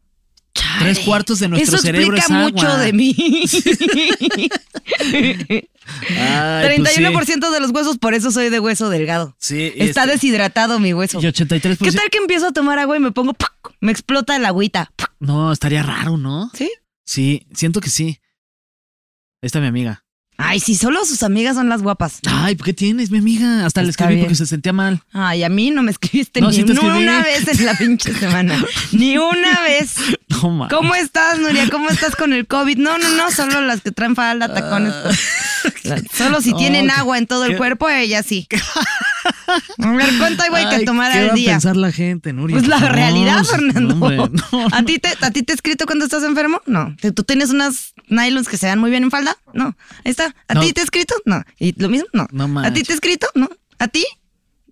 [SPEAKER 4] Tres cuartos de nuestro
[SPEAKER 3] Eso
[SPEAKER 4] cerebro
[SPEAKER 3] explica
[SPEAKER 4] es agua.
[SPEAKER 3] mucho
[SPEAKER 4] <laughs>
[SPEAKER 3] de mí. <laughs>
[SPEAKER 4] Ay, pues sí.
[SPEAKER 3] 31% de los huesos, por eso soy de hueso delgado.
[SPEAKER 4] Sí, y
[SPEAKER 3] Está
[SPEAKER 4] este- pues
[SPEAKER 3] deshidratado mi hueso.
[SPEAKER 4] y 83%.
[SPEAKER 3] ¿Qué tal que empiezo a tomar agua y me pongo, ¡puc! me explota el agüita? ¡puc!
[SPEAKER 4] No, estaría raro, ¿no?
[SPEAKER 3] ¿Sí?
[SPEAKER 4] Sí, siento que sí. Ahí está mi amiga.
[SPEAKER 3] Ay, sí, solo sus amigas son las guapas.
[SPEAKER 4] Ay, ¿por qué tienes, mi amiga? Hasta le
[SPEAKER 3] Está
[SPEAKER 4] escribí
[SPEAKER 3] bien.
[SPEAKER 4] porque se sentía mal. <laughs>
[SPEAKER 3] Ay, a mí no me escribiste
[SPEAKER 4] No,
[SPEAKER 3] ni
[SPEAKER 4] sí te escribí.
[SPEAKER 3] una vez en la
[SPEAKER 4] <laughs>
[SPEAKER 3] pinche semana. ni una vez.
[SPEAKER 4] No, ma.
[SPEAKER 3] ¿Cómo estás, Nuria? ¿Cómo estás con el COVID? No, no, no, solo las que traen
[SPEAKER 4] Ah.
[SPEAKER 3] falda, tacones.
[SPEAKER 4] <laughs>
[SPEAKER 3] La- Solo si
[SPEAKER 4] No,
[SPEAKER 3] tienen
[SPEAKER 4] qué-
[SPEAKER 3] agua en todo el
[SPEAKER 4] qué-
[SPEAKER 3] cuerpo, ella
[SPEAKER 4] <laughs>
[SPEAKER 3] sí. A ver, ¿cuánto agua hay
[SPEAKER 4] Ay,
[SPEAKER 3] que tomar
[SPEAKER 4] ¿qué
[SPEAKER 3] al
[SPEAKER 4] va a
[SPEAKER 3] día?
[SPEAKER 4] pensar la gente, Nuria?
[SPEAKER 3] Pues la
[SPEAKER 4] No,
[SPEAKER 3] realidad,
[SPEAKER 4] sí,
[SPEAKER 3] Fernando.
[SPEAKER 4] no, hombre, no.
[SPEAKER 3] <laughs> ¿A, ti te, ¿A ti te he escrito cuando estás enfermo? No. ¿Tú tienes unas nylons que se dan muy bien en falda? No. Ahí está. ¿A
[SPEAKER 4] No.
[SPEAKER 3] ti te he escrito? No. ¿Y lo mismo? No.
[SPEAKER 4] No
[SPEAKER 3] ¿A ti
[SPEAKER 4] manches.
[SPEAKER 3] te he escrito? No. ¿A ti?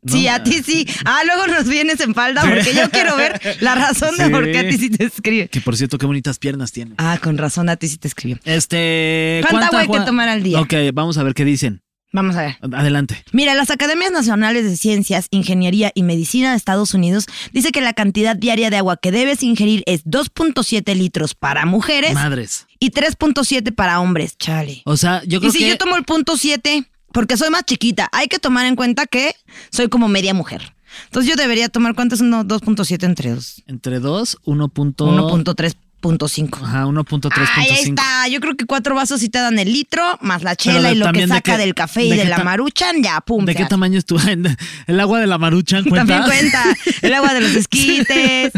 [SPEAKER 4] No
[SPEAKER 3] Sí, a ti sí. Ah, luego nos vienes en falda porque yo quiero ver la razón de
[SPEAKER 4] Sí.
[SPEAKER 3] por qué a ti sí te escribe.
[SPEAKER 4] Que por cierto, qué bonitas piernas tiene.
[SPEAKER 3] Ah, con razón, a ti sí te escribió.
[SPEAKER 4] Este.
[SPEAKER 3] ¿Cuánta agua hay
[SPEAKER 4] agua-
[SPEAKER 3] que tomar al día?
[SPEAKER 4] Ok, vamos a ver qué dicen.
[SPEAKER 3] Vamos a ver.
[SPEAKER 4] Adelante.
[SPEAKER 3] Mira, las Academias Nacionales de Ciencias, Ingeniería y Medicina de Estados Unidos dice que la cantidad diaria de agua que debes ingerir es 2.7 litros para mujeres
[SPEAKER 4] Madres.
[SPEAKER 3] y 3.7 para hombres. Chale.
[SPEAKER 4] O sea, yo creo
[SPEAKER 3] Y si
[SPEAKER 4] que.
[SPEAKER 3] yo tomo el punto 7, porque soy más chiquita, hay que tomar en cuenta que soy como media mujer. Entonces yo debería tomar, ¿cuánto es uno? 2.7 entre 2?
[SPEAKER 4] Entre 2, 1.3.5.
[SPEAKER 3] 1.3.5.
[SPEAKER 4] Oh. Ajá, 1.3.5.
[SPEAKER 3] Ahí está, yo creo que cuatro vasos sí te dan el litro, más la chela
[SPEAKER 4] de-
[SPEAKER 3] y lo que
[SPEAKER 4] también de
[SPEAKER 3] saca
[SPEAKER 4] qué-
[SPEAKER 3] del café y
[SPEAKER 4] de
[SPEAKER 3] de,
[SPEAKER 4] qué
[SPEAKER 3] la
[SPEAKER 4] ta-
[SPEAKER 3] maruchan, ya, pum.
[SPEAKER 4] ¿De
[SPEAKER 3] se
[SPEAKER 4] qué
[SPEAKER 3] hace.
[SPEAKER 4] tamaño es tu <laughs> El agua de la marucha cuenta.
[SPEAKER 3] También
[SPEAKER 4] <laughs>
[SPEAKER 3] cuenta el agua de los esquites,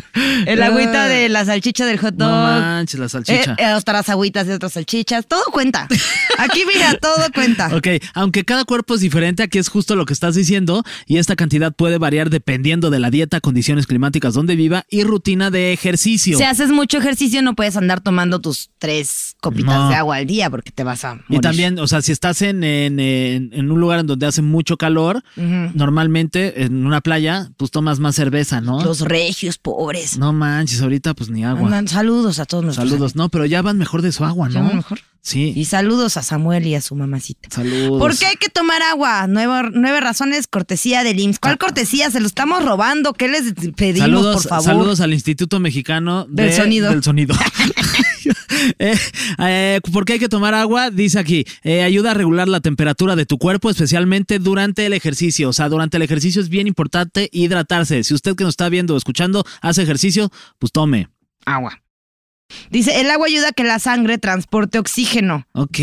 [SPEAKER 3] el agüita de la salchicha del hot
[SPEAKER 4] No
[SPEAKER 3] dog.
[SPEAKER 4] manches, la salchicha.
[SPEAKER 3] eh, eh, hasta las agüitas de otras salchichas, todo cuenta. Aquí mira,
[SPEAKER 4] <laughs>
[SPEAKER 3] todo cuenta.
[SPEAKER 4] Ok, aunque cada cuerpo es diferente, aquí es justo lo que estás diciendo y esta cantidad puede variar dependiendo de la dieta, condiciones climáticas donde viva y rutina de ejercicio.
[SPEAKER 3] Si haces mucho ejercicio no puedes andar tomando tus tres copitas
[SPEAKER 4] No.
[SPEAKER 3] de agua al día porque te vas a morir.
[SPEAKER 4] y también, o sea, si estás en, en- en- en un lugar en donde hace mucho calor, normalmente en una playa, pues tomas más cerveza, ¿no?
[SPEAKER 3] los regios pobres.
[SPEAKER 4] No manches, ahorita pues ni agua.
[SPEAKER 3] Andan, saludos a todos nuestros.
[SPEAKER 4] Saludos, no, pero ya van mejor de su agua,
[SPEAKER 3] Ya
[SPEAKER 4] ¿no?
[SPEAKER 3] van mejor.
[SPEAKER 4] Sí.
[SPEAKER 3] Y saludos a Samuel y a su mamacita.
[SPEAKER 4] Saludos.
[SPEAKER 3] ¿Por qué hay que tomar agua? Nuevo- nueve razones, cortesía del IMSS. ¿Cuál cortesía? Se lo estamos robando. ¿Qué les pedimos,
[SPEAKER 4] Saludos,
[SPEAKER 3] por favor?
[SPEAKER 4] saludos al Instituto Mexicano de-
[SPEAKER 3] Del Sonido.
[SPEAKER 4] Del sonido. <laughs> Eh, eh, ¿Por qué hay que tomar agua? Dice aquí, eh, ayuda a regular la temperatura de tu cuerpo, especialmente durante el ejercicio. O sea, durante el ejercicio es bien importante hidratarse. Si usted que nos está viendo o escuchando hace ejercicio, pues tome.
[SPEAKER 3] Agua. Dice, el agua ayuda a que la sangre transporte oxígeno.
[SPEAKER 4] Ok,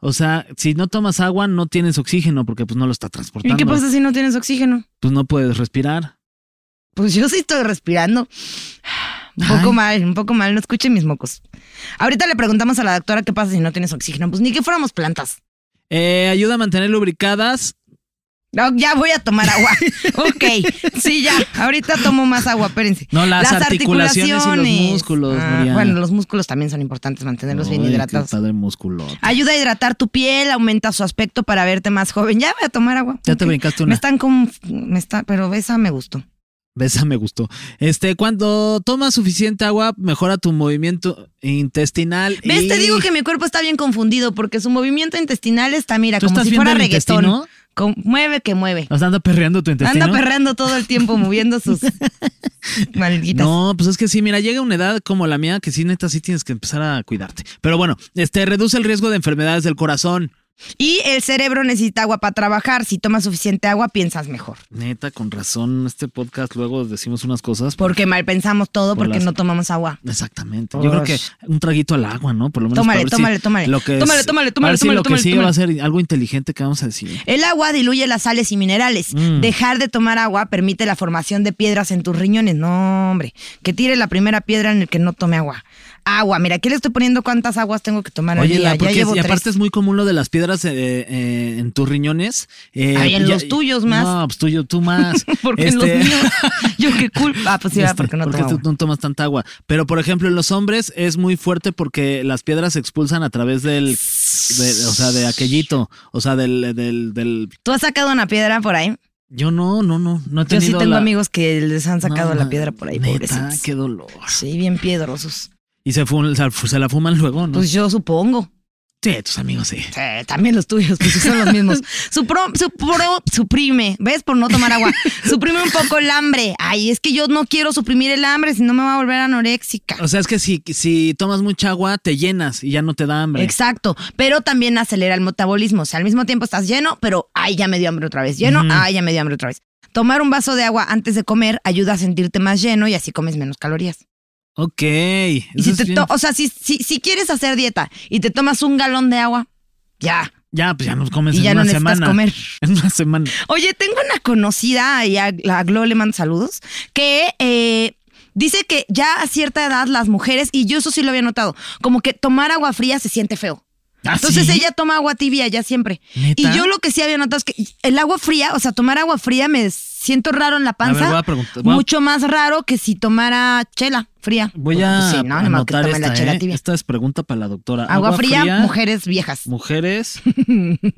[SPEAKER 4] o sea, si no tomas agua no tienes oxígeno porque pues no lo está transportando.
[SPEAKER 3] ¿Y qué pasa si no tienes oxígeno?
[SPEAKER 4] Pues no puedes respirar.
[SPEAKER 3] Pues yo sí estoy respirando. Un poco
[SPEAKER 4] Ay.
[SPEAKER 3] mal, un poco mal. No escuchen mis mocos. Ahorita le preguntamos a la doctora qué pasa si no tienes oxígeno. Pues ni que fuéramos plantas.
[SPEAKER 4] Eh, ayuda a mantener lubricadas
[SPEAKER 3] No, ya voy a
[SPEAKER 4] <laughs>
[SPEAKER 3] tomar agua. ok, <laughs> sí, ya. Ahorita tomo más agua, espérense.
[SPEAKER 4] No, las articulaciones y los
[SPEAKER 3] articulaciones.
[SPEAKER 4] músculos,
[SPEAKER 3] Ah,
[SPEAKER 4] Nuria.
[SPEAKER 3] bueno, los músculos también son importantes, mantenerlos bien
[SPEAKER 4] Ay, qué
[SPEAKER 3] hidratados.
[SPEAKER 4] padre músculo.
[SPEAKER 3] Ayuda a hidratar tu piel, aumenta su aspecto para verte más joven. Ya voy a tomar agua.
[SPEAKER 4] Ya te
[SPEAKER 3] Ok.
[SPEAKER 4] brincaste <laughs>
[SPEAKER 3] Me
[SPEAKER 4] una.
[SPEAKER 3] están con. Me está, pero esa me gustó.
[SPEAKER 4] Esa me gustó. Este, cuando tomas suficiente agua, mejora tu movimiento intestinal.
[SPEAKER 3] ¿Ves?
[SPEAKER 4] y-
[SPEAKER 3] Te digo que mi cuerpo está bien confundido porque su movimiento intestinal está, mira,
[SPEAKER 4] ¿Tú
[SPEAKER 3] como
[SPEAKER 4] estás
[SPEAKER 3] si
[SPEAKER 4] viendo
[SPEAKER 3] fuera
[SPEAKER 4] el
[SPEAKER 3] reggaetón.
[SPEAKER 4] intestino?
[SPEAKER 3] Con- mueve que mueve.
[SPEAKER 4] ¿Estás anda perreando tu intestino?
[SPEAKER 3] Anda perreando todo el tiempo, moviendo
[SPEAKER 4] <laughs>
[SPEAKER 3] sus malditas.
[SPEAKER 4] No, pues es que sí, mira, llega una edad como la mía que sí, neta, sí tienes que empezar a cuidarte. Pero bueno, este, reduce el riesgo de enfermedades del corazón.
[SPEAKER 3] Y el cerebro necesita agua para trabajar. Si tomas suficiente agua, piensas mejor.
[SPEAKER 4] Neta, con razón, este podcast luego decimos unas cosas.
[SPEAKER 3] Porque mal pensamos todo
[SPEAKER 4] Por
[SPEAKER 3] porque
[SPEAKER 4] las-
[SPEAKER 3] no tomamos agua.
[SPEAKER 4] Exactamente. Yo creo que un traguito al agua, ¿no? Por lo menos.
[SPEAKER 3] Tómale,
[SPEAKER 4] para ver si
[SPEAKER 3] tómale, tómale.
[SPEAKER 4] Lo que
[SPEAKER 3] Tómale,
[SPEAKER 4] es-
[SPEAKER 3] tómale,
[SPEAKER 4] para ver
[SPEAKER 3] tómale,
[SPEAKER 4] si Lo
[SPEAKER 3] tómale,
[SPEAKER 4] que
[SPEAKER 3] tómale,
[SPEAKER 4] sí va a
[SPEAKER 3] tómale. Eh,
[SPEAKER 4] ser algo inteligente que vamos a decir.
[SPEAKER 3] El agua diluye las sales y minerales.
[SPEAKER 4] Mm.
[SPEAKER 3] Dejar de tomar agua permite la formación de piedras en tus riñones. No, hombre. Que tire la primera piedra en el que no tome agua. Agua. Mira, aquí le estoy poniendo cuántas aguas tengo que tomar al
[SPEAKER 4] Oye,
[SPEAKER 3] día.
[SPEAKER 4] la,
[SPEAKER 3] Ya
[SPEAKER 4] porque
[SPEAKER 3] llevo
[SPEAKER 4] y aparte
[SPEAKER 3] tres.
[SPEAKER 4] es muy común lo de las piedras eh, eh, en tus riñones. Eh,
[SPEAKER 3] Ay, en
[SPEAKER 4] ya-
[SPEAKER 3] los tuyos más.
[SPEAKER 4] No, pues tuyo, tú más.
[SPEAKER 3] <laughs> Porque en
[SPEAKER 4] Este-
[SPEAKER 3] los míos. <laughs> Yo qué culpa. Ah, pues sí, ah,
[SPEAKER 4] Este,
[SPEAKER 3] porque no tomo
[SPEAKER 4] tú
[SPEAKER 3] agua.
[SPEAKER 4] no tomas tanta agua. Pero, por ejemplo, en los hombres es muy fuerte porque las piedras se expulsan a través del. de- o sea, de aquellito. O sea, del. del, del-
[SPEAKER 3] ¿Tú has sacado una piedra por ahí?
[SPEAKER 4] yo no, no, no. no he
[SPEAKER 3] Yo sí
[SPEAKER 4] tenido
[SPEAKER 3] tengo
[SPEAKER 4] la-
[SPEAKER 3] amigos que les han sacado
[SPEAKER 4] No,
[SPEAKER 3] la
[SPEAKER 4] ma-
[SPEAKER 3] piedra por ahí,
[SPEAKER 4] neta,
[SPEAKER 3] pobrecitos.
[SPEAKER 4] qué dolor.
[SPEAKER 3] Sí, bien piedrosos.
[SPEAKER 4] Y se, fu- se- se la fuman luego, ¿no?
[SPEAKER 3] Pues yo supongo.
[SPEAKER 4] sí, tus amigos sí.
[SPEAKER 3] Sí, también los tuyos, pues sí son los
[SPEAKER 4] <laughs>
[SPEAKER 3] mismos. Supro- supro- suprime, ¿ves? Por no tomar
[SPEAKER 4] <laughs>
[SPEAKER 3] agua. Suprime un poco el hambre. Ay, es que yo no quiero suprimir el hambre, si no me va a volver anoréxica.
[SPEAKER 4] O sea, es que si, si tomas mucha agua, te llenas y ya no te da hambre.
[SPEAKER 3] Exacto, pero también acelera el metabolismo. O sea, al mismo tiempo estás lleno, pero ay, ya me dio hambre otra vez. Lleno, ay, ya me dio hambre otra vez. Tomar un vaso de agua antes de comer ayuda a sentirte más lleno y así comes menos calorías.
[SPEAKER 4] Ok.
[SPEAKER 3] Y
[SPEAKER 4] eso
[SPEAKER 3] si
[SPEAKER 4] es
[SPEAKER 3] te
[SPEAKER 4] bien-
[SPEAKER 3] to- o sea, si, si, si quieres hacer dieta y te tomas un galón de agua, ya,
[SPEAKER 4] Ya, pues ya nos comes
[SPEAKER 3] y
[SPEAKER 4] en
[SPEAKER 3] ya
[SPEAKER 4] una
[SPEAKER 3] no necesitas
[SPEAKER 4] semana.
[SPEAKER 3] comer.
[SPEAKER 4] <laughs> En una semana.
[SPEAKER 3] Oye, tengo una conocida, y a la Glo le mando saludos, que eh, dice que ya a cierta edad las mujeres, y yo eso sí lo había notado, como que tomar agua fría se siente feo.
[SPEAKER 4] ¿Ah,
[SPEAKER 3] Entonces
[SPEAKER 4] sí?
[SPEAKER 3] ella toma agua tibia ya siempre.
[SPEAKER 4] ¿Neta?
[SPEAKER 3] Y yo lo que sí había notado es que el agua fría, o sea, tomar agua fría me siento raro en la
[SPEAKER 4] ver,
[SPEAKER 3] panza.
[SPEAKER 4] voy a preguntar- voy a-
[SPEAKER 3] Mucho más raro que si tomara chela fría.
[SPEAKER 4] Voy
[SPEAKER 3] Pues
[SPEAKER 4] a
[SPEAKER 3] sí, no, ni modo que
[SPEAKER 4] anotar
[SPEAKER 3] tome la
[SPEAKER 4] esta,
[SPEAKER 3] chela
[SPEAKER 4] ¿eh?
[SPEAKER 3] tibia.
[SPEAKER 4] Esta es pregunta para la doctora.
[SPEAKER 3] Agua, fría, mujeres viejas. <laughs>
[SPEAKER 4] Mujeres.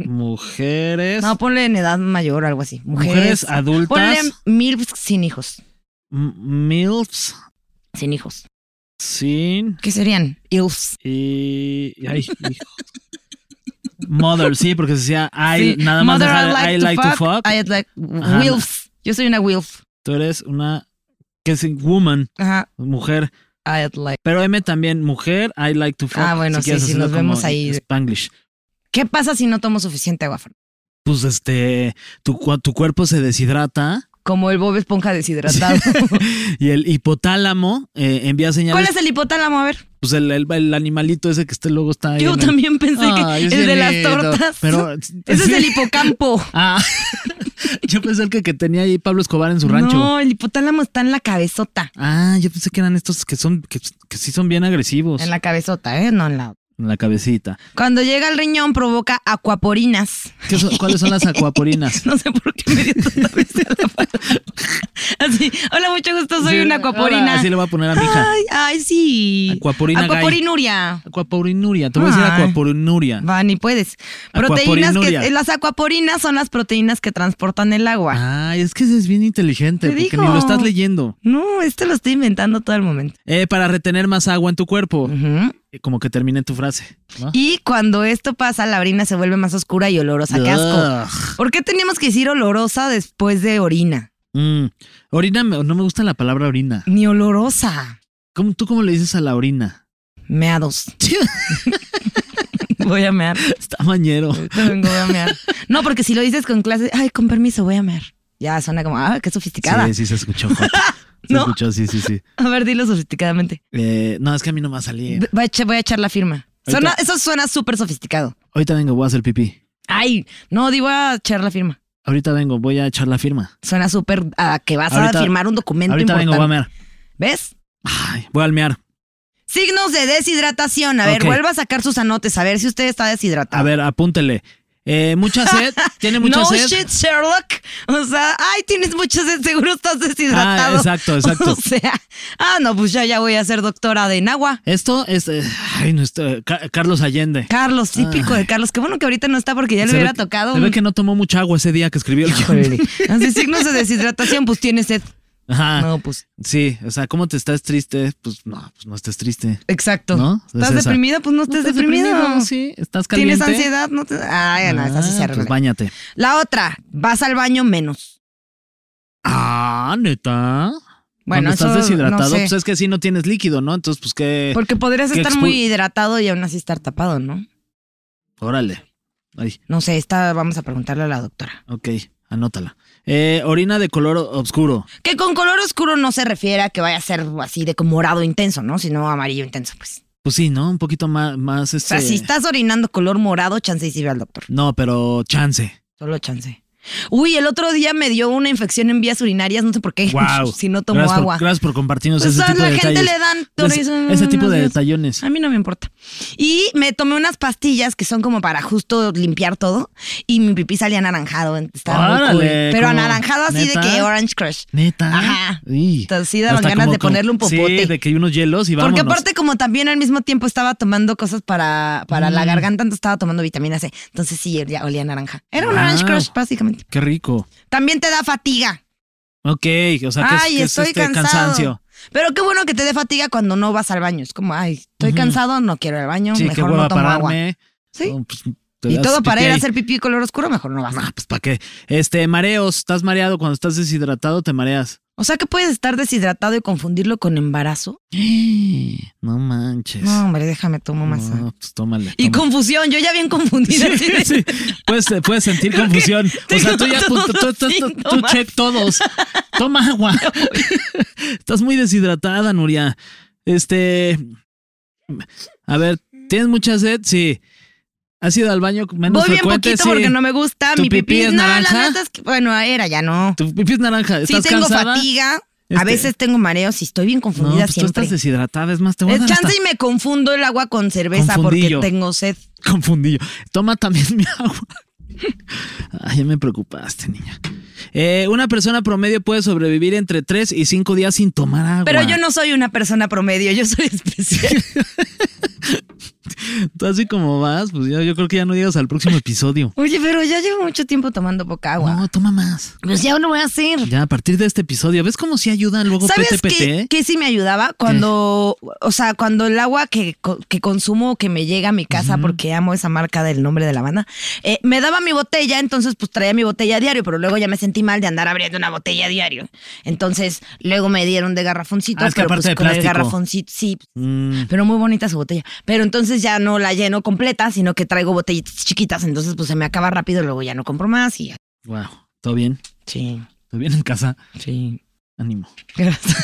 [SPEAKER 4] Mujeres.
[SPEAKER 3] No, ponle en edad mayor, algo así. Mujeres,
[SPEAKER 4] Mujeres adultas.
[SPEAKER 3] Ponle mil sin hijos.
[SPEAKER 4] m- Milfs.
[SPEAKER 3] Sin hijos.
[SPEAKER 4] Sin.
[SPEAKER 3] ¿Qué serían? Ilfs.
[SPEAKER 4] Y.
[SPEAKER 3] <laughs>
[SPEAKER 4] Ay, hijo. Mother, sí, porque se decía I,
[SPEAKER 3] Sí.
[SPEAKER 4] nada más
[SPEAKER 3] Mother,
[SPEAKER 4] dejar
[SPEAKER 3] I like,
[SPEAKER 4] I
[SPEAKER 3] to,
[SPEAKER 4] like
[SPEAKER 3] fuck.
[SPEAKER 4] to fuck.
[SPEAKER 3] I like
[SPEAKER 4] Ajá.
[SPEAKER 3] wilfs. Yo soy una wilf.
[SPEAKER 4] Tú eres una. Que es woman,
[SPEAKER 3] Ajá.
[SPEAKER 4] mujer.
[SPEAKER 3] I like.
[SPEAKER 4] Pero M también, mujer, I like to fuck.
[SPEAKER 3] Ah, bueno, sí,
[SPEAKER 4] quieres
[SPEAKER 3] sí,
[SPEAKER 4] hacerlo
[SPEAKER 3] nos vemos
[SPEAKER 4] como
[SPEAKER 3] ahí.
[SPEAKER 4] Spanglish.
[SPEAKER 3] ¿Qué pasa si no tomo suficiente agua? Fran?
[SPEAKER 4] Pues este, tu, cua- tu cuerpo se deshidrata
[SPEAKER 3] Como el Bob
[SPEAKER 4] <laughs>
[SPEAKER 3] Esponja deshidratado.
[SPEAKER 4] y el hipotálamo eh, envía
[SPEAKER 3] ¿Cuál
[SPEAKER 4] señales.
[SPEAKER 3] es el hipotálamo? A ver.
[SPEAKER 4] Pues el, el- el animalito ese que este luego está ahí.
[SPEAKER 3] Yo
[SPEAKER 4] en el-
[SPEAKER 3] también pensé
[SPEAKER 4] Ay,
[SPEAKER 3] que
[SPEAKER 4] es
[SPEAKER 3] el de
[SPEAKER 4] bien
[SPEAKER 3] las
[SPEAKER 4] lindo,
[SPEAKER 3] tortas.
[SPEAKER 4] Pero
[SPEAKER 3] <laughs> Ese es el hipocampo.
[SPEAKER 4] Ah, <laughs> yo pensé el que, que tenía ahí Pablo Escobar en su rancho.
[SPEAKER 3] No, el hipotálamo está en la cabezota.
[SPEAKER 4] Ah, yo pensé que eran estos que son que, que sí son bien agresivos
[SPEAKER 3] En la cabezota, ¿eh? No en la
[SPEAKER 4] En la cabecita.
[SPEAKER 3] Cuando llega al riñón provoca acuaporinas. <laughs>
[SPEAKER 4] ¿Qué son- ¿Cuáles son las acuaporinas?
[SPEAKER 3] No sé por qué me
[SPEAKER 4] <laughs>
[SPEAKER 3] dio tanta risa la palabra. Así, hola, mucho gusto, soy
[SPEAKER 4] Sí,
[SPEAKER 3] una acuaporina.
[SPEAKER 4] ahora Así le voy a poner a mi hija.
[SPEAKER 3] Ay, ay, sí.
[SPEAKER 4] Acuaporina gay.
[SPEAKER 3] Acuaporinuria.
[SPEAKER 4] Acuaporinuria, te voy a decir
[SPEAKER 3] Ay.
[SPEAKER 4] acuaporinuria.
[SPEAKER 3] Va, ni puedes. Proteínas que, eh,
[SPEAKER 4] Acuaporinuria.
[SPEAKER 3] las acuaporinas son las proteínas que transportan el agua.
[SPEAKER 4] Ay, es que ese es bien inteligente,
[SPEAKER 3] Te
[SPEAKER 4] porque
[SPEAKER 3] digo.
[SPEAKER 4] ni lo estás leyendo.
[SPEAKER 3] No, este lo estoy inventando todo el momento.
[SPEAKER 4] Eh, para retener más agua en tu cuerpo.
[SPEAKER 3] Ujú.
[SPEAKER 4] Eh, Como que terminé tu frase. ¿no?
[SPEAKER 3] Mm. Y cuando esto pasa, la orina se vuelve más oscura y olorosa. ¡Qué asco!
[SPEAKER 4] Ugh.
[SPEAKER 3] ¿Por qué teníamos que decir olorosa después de orina?
[SPEAKER 4] Mm. Orina, me- no me gusta la palabra orina.
[SPEAKER 3] Ni olorosa.
[SPEAKER 4] ¿Cómo, ¿Tú cómo le dices a la orina?
[SPEAKER 3] Meados. Voy a mear.
[SPEAKER 4] Está mañero.
[SPEAKER 3] Ahorita vengo, voy a mear. No, porque si lo dices con clase, ay, con permiso, voy a mear. Ya suena como, ah, qué sofisticada.
[SPEAKER 4] Sí, sí se escuchó.
[SPEAKER 3] <laughs>
[SPEAKER 4] Jota. Se
[SPEAKER 3] ¿No?
[SPEAKER 4] escuchó, sí, sí, sí.
[SPEAKER 3] A ver, dilo sofisticadamente.
[SPEAKER 4] Eh, no, es que a mí no me va a salir.
[SPEAKER 3] Ve- Voy a, echa- voy a echar la firma.
[SPEAKER 4] Ahorita.
[SPEAKER 3] Suena- eso suena súper sofisticado.
[SPEAKER 4] Ahorita vengo, voy a hacer pipí.
[SPEAKER 3] Ay, no, digo a echar la firma.
[SPEAKER 4] Ahorita vengo, voy a echar la firma.
[SPEAKER 3] Suena súper a que vas
[SPEAKER 4] Ahorita-
[SPEAKER 3] a firmar un documento
[SPEAKER 4] Ahorita vengo, voy a
[SPEAKER 3] importante.
[SPEAKER 4] mear.
[SPEAKER 3] ¿Ves?
[SPEAKER 4] Ay, voy a almear.
[SPEAKER 3] Signos de deshidratación. A ver,
[SPEAKER 4] Ok.
[SPEAKER 3] vuelva a sacar sus anotes, a ver si usted está deshidratado.
[SPEAKER 4] A ver, apúntele. Eh,
[SPEAKER 3] <laughs>
[SPEAKER 4] mucha sed, tiene mucha
[SPEAKER 3] no
[SPEAKER 4] sed.
[SPEAKER 3] shit, Sherlock. O sea, ay, tienes mucha sed, seguro estás deshidratado.
[SPEAKER 4] Ah,
[SPEAKER 3] <laughs>
[SPEAKER 4] exacto, exacto.
[SPEAKER 3] O sea, ah, no, pues ya, ya voy a ser doctora de Nahua.
[SPEAKER 4] Esto es. eh, ay, no, esto- eh, Ca- Carlos Allende.
[SPEAKER 3] Carlos, típico de Carlos. Qué bueno que ahorita no está porque ya le
[SPEAKER 4] Ah. Se ve
[SPEAKER 3] hubiera
[SPEAKER 4] que-
[SPEAKER 3] tocado.
[SPEAKER 4] Se ve
[SPEAKER 3] un-
[SPEAKER 4] que no tomó mucha agua ese día que escribió el guión. <laughs>
[SPEAKER 3] <laughs> Híjole. Así, signos de deshidratación, pues tienes sed.
[SPEAKER 4] Ajá.
[SPEAKER 3] No, pues,
[SPEAKER 4] Sí, o sea, ¿cómo te estás triste? Pues no, pues no estés triste.
[SPEAKER 3] exacto.
[SPEAKER 4] ¿No? Es
[SPEAKER 3] ¿Estás
[SPEAKER 4] esa.
[SPEAKER 3] deprimida? Pues no estés deprimido.
[SPEAKER 4] Sí, estás caliente.
[SPEAKER 3] ¿Tienes ansiedad? No te... Ay, no, esa sí
[SPEAKER 4] Ah,
[SPEAKER 3] se arregla.
[SPEAKER 4] Pues bañate.
[SPEAKER 3] La otra, vas al baño menos.
[SPEAKER 4] Ah, neta.
[SPEAKER 3] Bueno,
[SPEAKER 4] Cuando estás
[SPEAKER 3] eso no
[SPEAKER 4] deshidratado,
[SPEAKER 3] sé.
[SPEAKER 4] pues es que sí no tienes líquido, ¿no? Entonces, pues qué.
[SPEAKER 3] Porque podrías
[SPEAKER 4] <laughs> que
[SPEAKER 3] estar
[SPEAKER 4] expu-
[SPEAKER 3] muy hidratado y aún así estar tapado, ¿no?
[SPEAKER 4] Órale. Ay,
[SPEAKER 3] No sé, esta vamos a preguntarle a la doctora.
[SPEAKER 4] ok, anótala. Eh, orina de color o- oscuro.
[SPEAKER 3] Que con color oscuro no se refiere a que vaya a ser así de como morado intenso, ¿no? Sino amarillo intenso, pues.
[SPEAKER 4] Pues sí, ¿no? Un poquito más, más
[SPEAKER 3] O
[SPEAKER 4] este.
[SPEAKER 3] sea, si estás orinando color morado, chance y sí ve al doctor.
[SPEAKER 4] No, pero chance.
[SPEAKER 3] Solo chance. Uy, el otro día me dio una infección en vías urinarias, no sé por qué.
[SPEAKER 4] Wow.
[SPEAKER 3] <laughs> si no tomo
[SPEAKER 4] gracias
[SPEAKER 3] agua.
[SPEAKER 4] Por, gracias por compartirnos
[SPEAKER 3] Pues
[SPEAKER 4] ese
[SPEAKER 3] a
[SPEAKER 4] tipo
[SPEAKER 3] la
[SPEAKER 4] de
[SPEAKER 3] gente
[SPEAKER 4] detalles.
[SPEAKER 3] le dan
[SPEAKER 4] Ese- ese tipo de
[SPEAKER 3] detalles.
[SPEAKER 4] detallones.
[SPEAKER 3] A mí no me importa. Y me tomé unas pastillas que son como para justo limpiar todo. Y mi pipí salía anaranjado. Estaba muy
[SPEAKER 4] Órale,
[SPEAKER 3] cool. Pero
[SPEAKER 4] como-
[SPEAKER 3] anaranjado así
[SPEAKER 4] ¿neta?
[SPEAKER 3] de que Orange Crush.
[SPEAKER 4] Neta.
[SPEAKER 3] Ajá.
[SPEAKER 4] Uy.
[SPEAKER 3] Entonces, sí daban
[SPEAKER 4] Hasta
[SPEAKER 3] ganas
[SPEAKER 4] como-
[SPEAKER 3] de ponerle un
[SPEAKER 4] como-
[SPEAKER 3] popote.
[SPEAKER 4] Sí, de que hay unos hielos y vámonos.
[SPEAKER 3] Porque aparte, como también al mismo tiempo estaba tomando cosas para, para
[SPEAKER 4] Mm.
[SPEAKER 3] la garganta, entonces estaba tomando vitamina C. Entonces sí, olía, olía a naranja. Era un
[SPEAKER 4] Wow.
[SPEAKER 3] Orange Crush, básicamente.
[SPEAKER 4] Qué rico.
[SPEAKER 3] También te da fatiga.
[SPEAKER 4] Ok, o sea, que es-
[SPEAKER 3] ay,
[SPEAKER 4] que es,
[SPEAKER 3] estoy
[SPEAKER 4] este,
[SPEAKER 3] cansado.
[SPEAKER 4] cansancio.
[SPEAKER 3] Pero qué bueno que te dé fatiga cuando no vas al baño. Es como, ay, estoy cansado, no quiero ir al baño,
[SPEAKER 4] Sí, que
[SPEAKER 3] mejor
[SPEAKER 4] vuelva
[SPEAKER 3] no
[SPEAKER 4] a
[SPEAKER 3] tomo
[SPEAKER 4] pararme.
[SPEAKER 3] agua. Sí.
[SPEAKER 4] No, pues, te
[SPEAKER 3] Y
[SPEAKER 4] das
[SPEAKER 3] todo para ir a
[SPEAKER 4] pipí.
[SPEAKER 3] hacer pipí color oscuro, mejor no vas.
[SPEAKER 4] Ah, pues para qué. Este, mareos, estás mareado cuando estás deshidratado, te mareas. <gasps>
[SPEAKER 3] O sea que puedes estar deshidratado y confundirlo con embarazo.
[SPEAKER 4] No manches.
[SPEAKER 3] No, hombre, déjame tomo más.
[SPEAKER 4] No, pues tómale. <laughs>
[SPEAKER 3] Y
[SPEAKER 4] tómale.
[SPEAKER 3] confusión, yo ya bien confundida. así de-
[SPEAKER 4] Sí, puedes, puedes sentir
[SPEAKER 3] <laughs> Creo que
[SPEAKER 4] confusión. O sea,
[SPEAKER 3] tengo
[SPEAKER 4] tú ya
[SPEAKER 3] todos
[SPEAKER 4] tú, tú- tú- tú- tú
[SPEAKER 3] síntomas.
[SPEAKER 4] check
[SPEAKER 3] <laughs>
[SPEAKER 4] todos. Toma agua. <laughs> Estás muy deshidratada, Nuria. Este. A ver, ¿tienes mucha sed? Sí. ¿Has ido al baño menos
[SPEAKER 3] Voy bien
[SPEAKER 4] frecuente?
[SPEAKER 3] poquito
[SPEAKER 4] Sí.
[SPEAKER 3] porque no me gusta.
[SPEAKER 4] ¿Tu
[SPEAKER 3] Mi pipí,
[SPEAKER 4] pipí es
[SPEAKER 3] no,
[SPEAKER 4] naranja?
[SPEAKER 3] la neta es que, bueno, era ya no.
[SPEAKER 4] Tu pipí es naranja.
[SPEAKER 3] Sí,
[SPEAKER 4] ¿Estás
[SPEAKER 3] tengo
[SPEAKER 4] cansada?
[SPEAKER 3] fatiga. A
[SPEAKER 4] Este-
[SPEAKER 3] veces tengo mareos y estoy bien
[SPEAKER 4] No,
[SPEAKER 3] confundida
[SPEAKER 4] pues tú
[SPEAKER 3] siempre.
[SPEAKER 4] estás deshidratada. Es más, te voy a
[SPEAKER 3] Es
[SPEAKER 4] dar
[SPEAKER 3] chance
[SPEAKER 4] hasta
[SPEAKER 3] y me confundo el agua con cerveza
[SPEAKER 4] Confundillo.
[SPEAKER 3] porque tengo sed.
[SPEAKER 4] confundillo. Toma también mi agua. Ay, ya me preocupaste, niña. Eh, una persona promedio puede sobrevivir entre 3 y 5 días sin tomar agua.
[SPEAKER 3] Pero yo no soy una persona promedio, yo soy <laughs>
[SPEAKER 4] <laughs>
[SPEAKER 3] especial.
[SPEAKER 4] Tú así como vas, pues yo, yo creo que ya no llegas al próximo episodio.
[SPEAKER 3] Oye, pero ya llevo mucho tiempo tomando poca agua.
[SPEAKER 4] No, toma más.
[SPEAKER 3] Pues ya no voy a hacer.
[SPEAKER 4] Ya, a partir de este episodio, ¿ves cómo sí ayuda luego
[SPEAKER 3] ¿Sabes
[SPEAKER 4] PTPT?
[SPEAKER 3] qué, qué sí me ayudaba? Cuando, o sea, cuando el agua que, co- que consumo, que me llega a mi casa, porque amo esa marca del nombre de la banda, eh, me daba mi botella, entonces pues traía mi botella a diario, pero luego ya me sentí mal de andar abriendo una botella a diario. Entonces luego me dieron de garrafoncito,
[SPEAKER 4] Ah, es que
[SPEAKER 3] pero
[SPEAKER 4] aparte
[SPEAKER 3] pues,
[SPEAKER 4] de
[SPEAKER 3] con el
[SPEAKER 4] plástico.
[SPEAKER 3] garrafoncito, sí,
[SPEAKER 4] Mm,
[SPEAKER 3] pero muy bonita su botella. Pero entonces ya no la lleno completa, sino que traigo botellitas chiquitas, entonces pues se me acaba rápido, luego ya no compro más y ya.
[SPEAKER 4] wow, ¿todo bien?
[SPEAKER 3] Sí,
[SPEAKER 4] ¿Todo bien en casa?
[SPEAKER 3] sí.
[SPEAKER 4] Ánimo.
[SPEAKER 3] Gracias.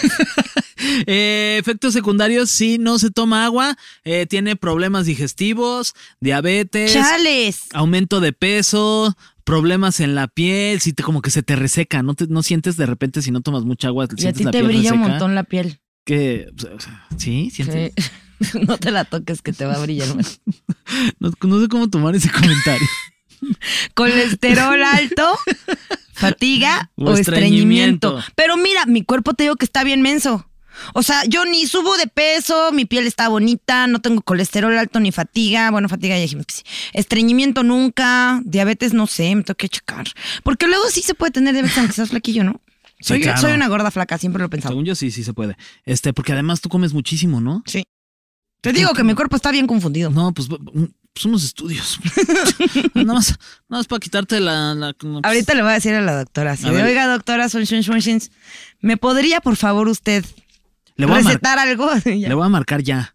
[SPEAKER 4] Eh, efectos secundarios, si no se toma agua, eh, tiene problemas digestivos, diabetes,
[SPEAKER 3] <laughs> Chales.
[SPEAKER 4] aumento de peso, problemas en la piel, si te como que se te reseca, no te no sientes de repente si no tomas mucha agua,
[SPEAKER 3] Y a
[SPEAKER 4] sientes
[SPEAKER 3] ti
[SPEAKER 4] la
[SPEAKER 3] te
[SPEAKER 4] piel
[SPEAKER 3] brilla un
[SPEAKER 4] reseca,
[SPEAKER 3] montón la piel.
[SPEAKER 4] que pues, o sea, sí, sientes.
[SPEAKER 3] Sí. <laughs> No te la toques que te va a
[SPEAKER 4] <laughs>
[SPEAKER 3] brillar más.
[SPEAKER 4] No, no sé cómo tomar ese <laughs> comentario.
[SPEAKER 3] Colesterol alto, fatiga
[SPEAKER 4] <laughs> O
[SPEAKER 3] o,
[SPEAKER 4] estreñimiento.
[SPEAKER 3] estreñimiento. Pero mira, mi cuerpo te digo que está bien menso. O sea, yo ni subo de peso, mi piel está bonita, no tengo colesterol alto ni fatiga. Bueno, fatiga ya dijimos que sí. Estreñimiento nunca, diabetes no sé, me tengo que checar. Porque luego sí se puede tener diabetes aunque seas flaquillo, ¿no?
[SPEAKER 4] Sí,
[SPEAKER 3] Soy,
[SPEAKER 4] claro.
[SPEAKER 3] soy una gorda flaca, siempre lo he pensado.
[SPEAKER 4] Según yo sí, sí se puede. Este, porque además tú comes muchísimo, ¿no?
[SPEAKER 3] Te digo que mi cuerpo está bien confundido.
[SPEAKER 4] No, pues, pues unos estudios. <laughs> nada más, nada más para quitarte la, la- no, pues,
[SPEAKER 3] Ahorita le voy a decir a la doctora. así
[SPEAKER 4] A
[SPEAKER 3] de,
[SPEAKER 4] ver.
[SPEAKER 3] Oiga, doctora, son shun, shun, shins, ¿me podría, por favor, usted
[SPEAKER 4] le voy a mar-
[SPEAKER 3] recetar algo? <laughs> Y ya.
[SPEAKER 4] le voy a marcar ya.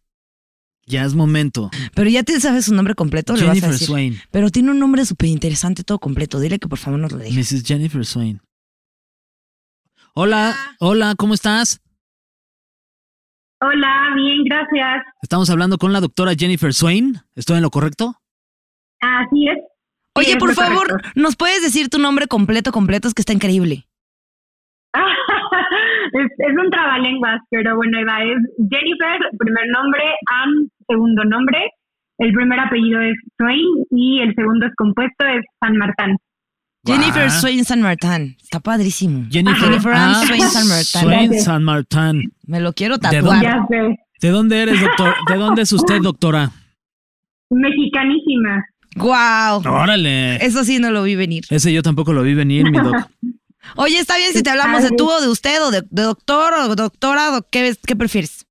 [SPEAKER 4] Ya es momento.
[SPEAKER 3] Pero ya te sabes su nombre completo, le vas a
[SPEAKER 4] Jennifer
[SPEAKER 3] decir.
[SPEAKER 4] Swain.
[SPEAKER 3] Pero tiene un nombre súper interesante, todo completo. Dile que por favor nos lo diga.
[SPEAKER 4] Mrs. Jennifer Swain. Hola, hola, ¿cómo estás?
[SPEAKER 5] Hola, bien, gracias.
[SPEAKER 4] Estamos hablando con la doctora Jennifer Swain. ¿Estoy en lo correcto?
[SPEAKER 5] Así es. <laughs> Sí,
[SPEAKER 3] Oye,
[SPEAKER 5] es
[SPEAKER 3] por
[SPEAKER 5] lo
[SPEAKER 3] favor,
[SPEAKER 5] correcto.
[SPEAKER 3] ¿nos puedes decir tu nombre completo, completo? Es que está increíble.
[SPEAKER 5] es, es un trabalenguas, pero bueno, Eva es Jennifer, primer nombre, Ann, segundo nombre, El primer apellido es Swain y el segundo es compuesto, es San Martín.
[SPEAKER 3] Jennifer
[SPEAKER 4] Guau.
[SPEAKER 3] Swain San Martín. Está padrísimo.
[SPEAKER 4] Jennifer,
[SPEAKER 3] Jennifer
[SPEAKER 4] Ah,
[SPEAKER 3] Swain San Martín.
[SPEAKER 4] Swain San Martín.
[SPEAKER 3] Me lo quiero
[SPEAKER 4] dónde?
[SPEAKER 3] tatuar.
[SPEAKER 5] Ya sé,
[SPEAKER 4] ¿De dónde eres, doctor? ¿De dónde es usted, doctora?
[SPEAKER 5] mexicanísima.
[SPEAKER 3] Wow.
[SPEAKER 4] Órale.
[SPEAKER 3] Eso sí no lo vi venir.
[SPEAKER 4] Ese yo tampoco lo vi venir, mi doc.
[SPEAKER 3] Oye, está bien si te hablamos de tú o de usted o de, de doctor o doctora o qué, qué prefieres.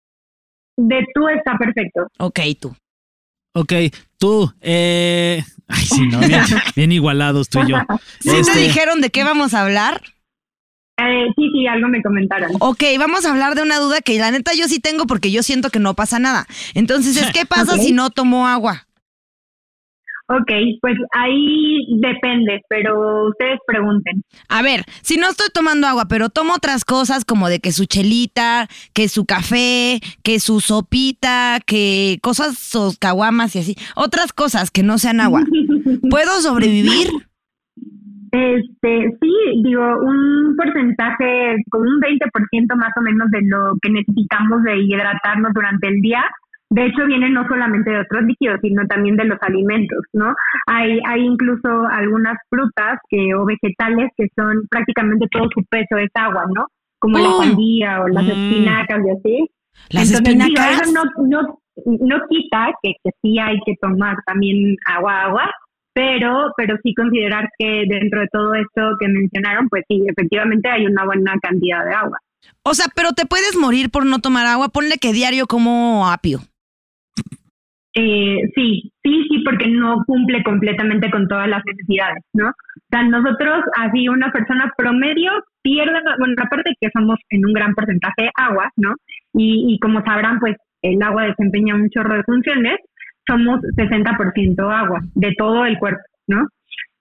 [SPEAKER 5] De tú está perfecto.
[SPEAKER 3] Ok, tú.
[SPEAKER 4] Ok, tú, eh... Ay, sí, no, bien, bien igualados tú y yo.
[SPEAKER 3] ¿Sí te
[SPEAKER 4] Este,
[SPEAKER 3] dijeron de qué vamos a hablar?
[SPEAKER 5] Eh, sí, sí, algo me comentaron.
[SPEAKER 3] Ok, vamos a hablar de una duda que la neta yo sí tengo porque yo siento que no pasa nada. Entonces, es
[SPEAKER 5] <laughs>
[SPEAKER 3] ¿qué pasa
[SPEAKER 5] Ok.
[SPEAKER 3] si no tomo agua?
[SPEAKER 5] Ok, pues ahí depende, pero ustedes pregunten. <laughs>
[SPEAKER 3] A ver, si no estoy tomando agua, pero tomo otras cosas como de que su chelita, que su café, que su sopita, que cosas, sus caguamas y así, otras cosas que no sean
[SPEAKER 5] <laughs>
[SPEAKER 3] agua. ¿Puedo sobrevivir?
[SPEAKER 5] Este, sí, digo, un porcentaje, con un 20% más o menos de lo que necesitamos de hidratarnos durante el día. De hecho, viene no solamente de otros líquidos, sino también de los alimentos, ¿no? Hay, hay incluso algunas frutas que, o vegetales que son prácticamente todo su peso es agua, ¿no? Como la
[SPEAKER 3] Mm.
[SPEAKER 5] sandía o las
[SPEAKER 4] Mm.
[SPEAKER 5] espinacas y así.
[SPEAKER 3] Las
[SPEAKER 5] Entonces, digo,
[SPEAKER 3] espinacas.
[SPEAKER 5] eso no, no, no quita que, que sí hay que tomar también agua, agua, pero, pero sí considerar que dentro de todo esto que mencionaron, pues sí, efectivamente hay una buena cantidad de agua.
[SPEAKER 3] O sea, pero te puedes morir por no tomar agua. Ponle que diario como apio.
[SPEAKER 5] Eh, sí, sí, sí, porque no cumple completamente con todas las necesidades, ¿no? O sea, nosotros, así una persona promedio pierde, bueno, aparte que somos en un gran porcentaje agua, ¿no? Y, y como sabrán, pues el agua desempeña un chorro de funciones, somos 60% agua de todo el cuerpo, ¿no?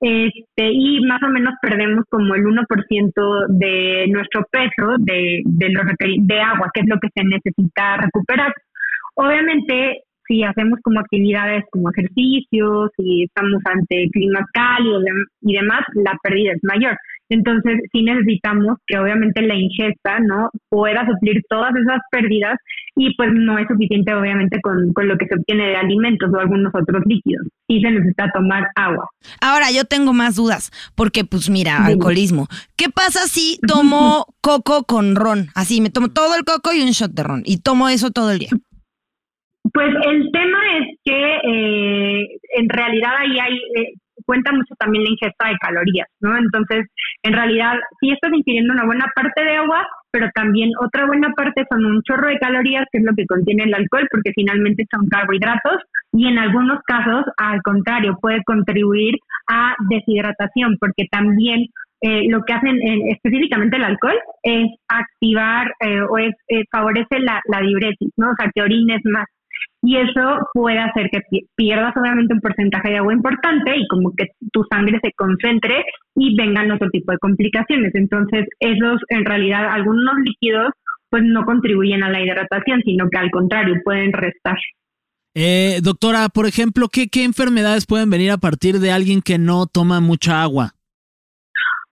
[SPEAKER 5] Este, y más o menos perdemos como el 1% de nuestro peso de, de, lo requeri- de agua, que es lo que se necesita recuperar. Obviamente, si hacemos como actividades como ejercicios, si estamos ante climas cálidos dem- y demás, la pérdida es mayor. Entonces, sí necesitamos que obviamente la ingesta no pueda suplir todas esas pérdidas y pues no es suficiente obviamente con, con lo que se obtiene de alimentos o algunos otros líquidos. Sí se necesita tomar agua.
[SPEAKER 3] Ahora yo tengo más dudas, porque pues mira,
[SPEAKER 5] Dime.
[SPEAKER 3] alcoholismo. ¿Qué pasa si tomo
[SPEAKER 4] <laughs>
[SPEAKER 3] coco con ron? Así, me tomo todo el coco y un shot de ron. Y tomo eso todo el día.
[SPEAKER 5] Pues el tema es que eh, en realidad ahí hay, eh, cuenta mucho también la ingesta de calorías, ¿no? Entonces, en realidad sí estás ingiriendo una buena parte de agua, pero también otra buena parte son un chorro de calorías, que es lo que contiene el alcohol, porque finalmente son carbohidratos y en algunos casos, al contrario, puede contribuir a deshidratación, porque también eh, lo que hacen en- específicamente el alcohol es activar eh, o es, eh, favorece la, la diuresis, ¿no? O sea, que orines más y eso puede hacer que pi- pierdas obviamente un porcentaje de agua importante y como que tu sangre se concentre y vengan otro tipo de complicaciones. Entonces, esos en realidad algunos líquidos pues no contribuyen a la hidratación, sino que al contrario pueden restar.
[SPEAKER 4] eh, doctora, por ejemplo, ¿qué, ¿qué enfermedades pueden venir a partir de alguien que no toma mucha agua?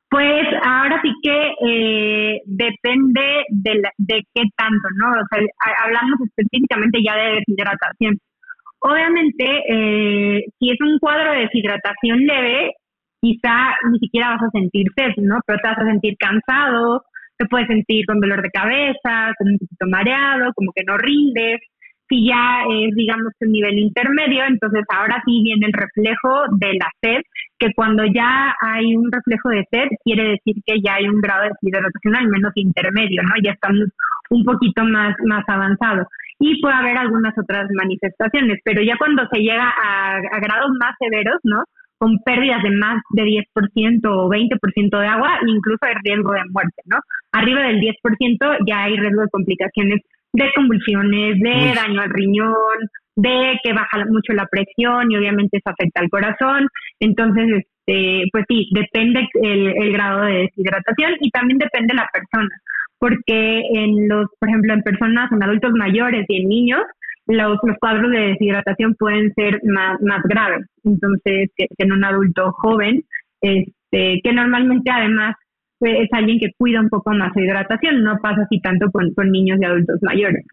[SPEAKER 5] Pues ahora sí que eh, depende de, la- de qué tanto, ¿no? O sea, ha- hablamos específicamente ya de deshidratación. Obviamente, eh, si es un cuadro de deshidratación leve, quizá ni siquiera vas a sentir sed, ¿no? Pero te vas a sentir cansado, te puedes sentir con dolor de cabeza, con un poquito mareado, como que no rindes. Si ya es, digamos, un nivel intermedio, entonces ahora sí viene el reflejo de la sed que cuando ya hay un reflejo de sed, quiere decir que ya hay un grado de deshidratación al menos intermedio, ¿no? Ya estamos un poquito más, más avanzados. Y puede haber algunas otras manifestaciones, pero ya cuando se llega a, a grados más severos, ¿no? Con pérdidas de más de 10% o 20% de agua, incluso hay riesgo de muerte, ¿no? Arriba del 10% ya hay riesgo de complicaciones de convulsiones, de
[SPEAKER 4] Uf.
[SPEAKER 5] daño al riñón, de que baja mucho la presión y obviamente eso afecta al corazón. Entonces, este, pues sí, depende el, el grado de deshidratación y también depende la persona, porque en los, por ejemplo, en personas, en adultos mayores y en niños, los, los cuadros de deshidratación pueden ser más, más graves. Entonces, que, que en un adulto joven, este, que normalmente además pues, es alguien que cuida un poco más su hidratación, no pasa así tanto con, con niños y adultos mayores.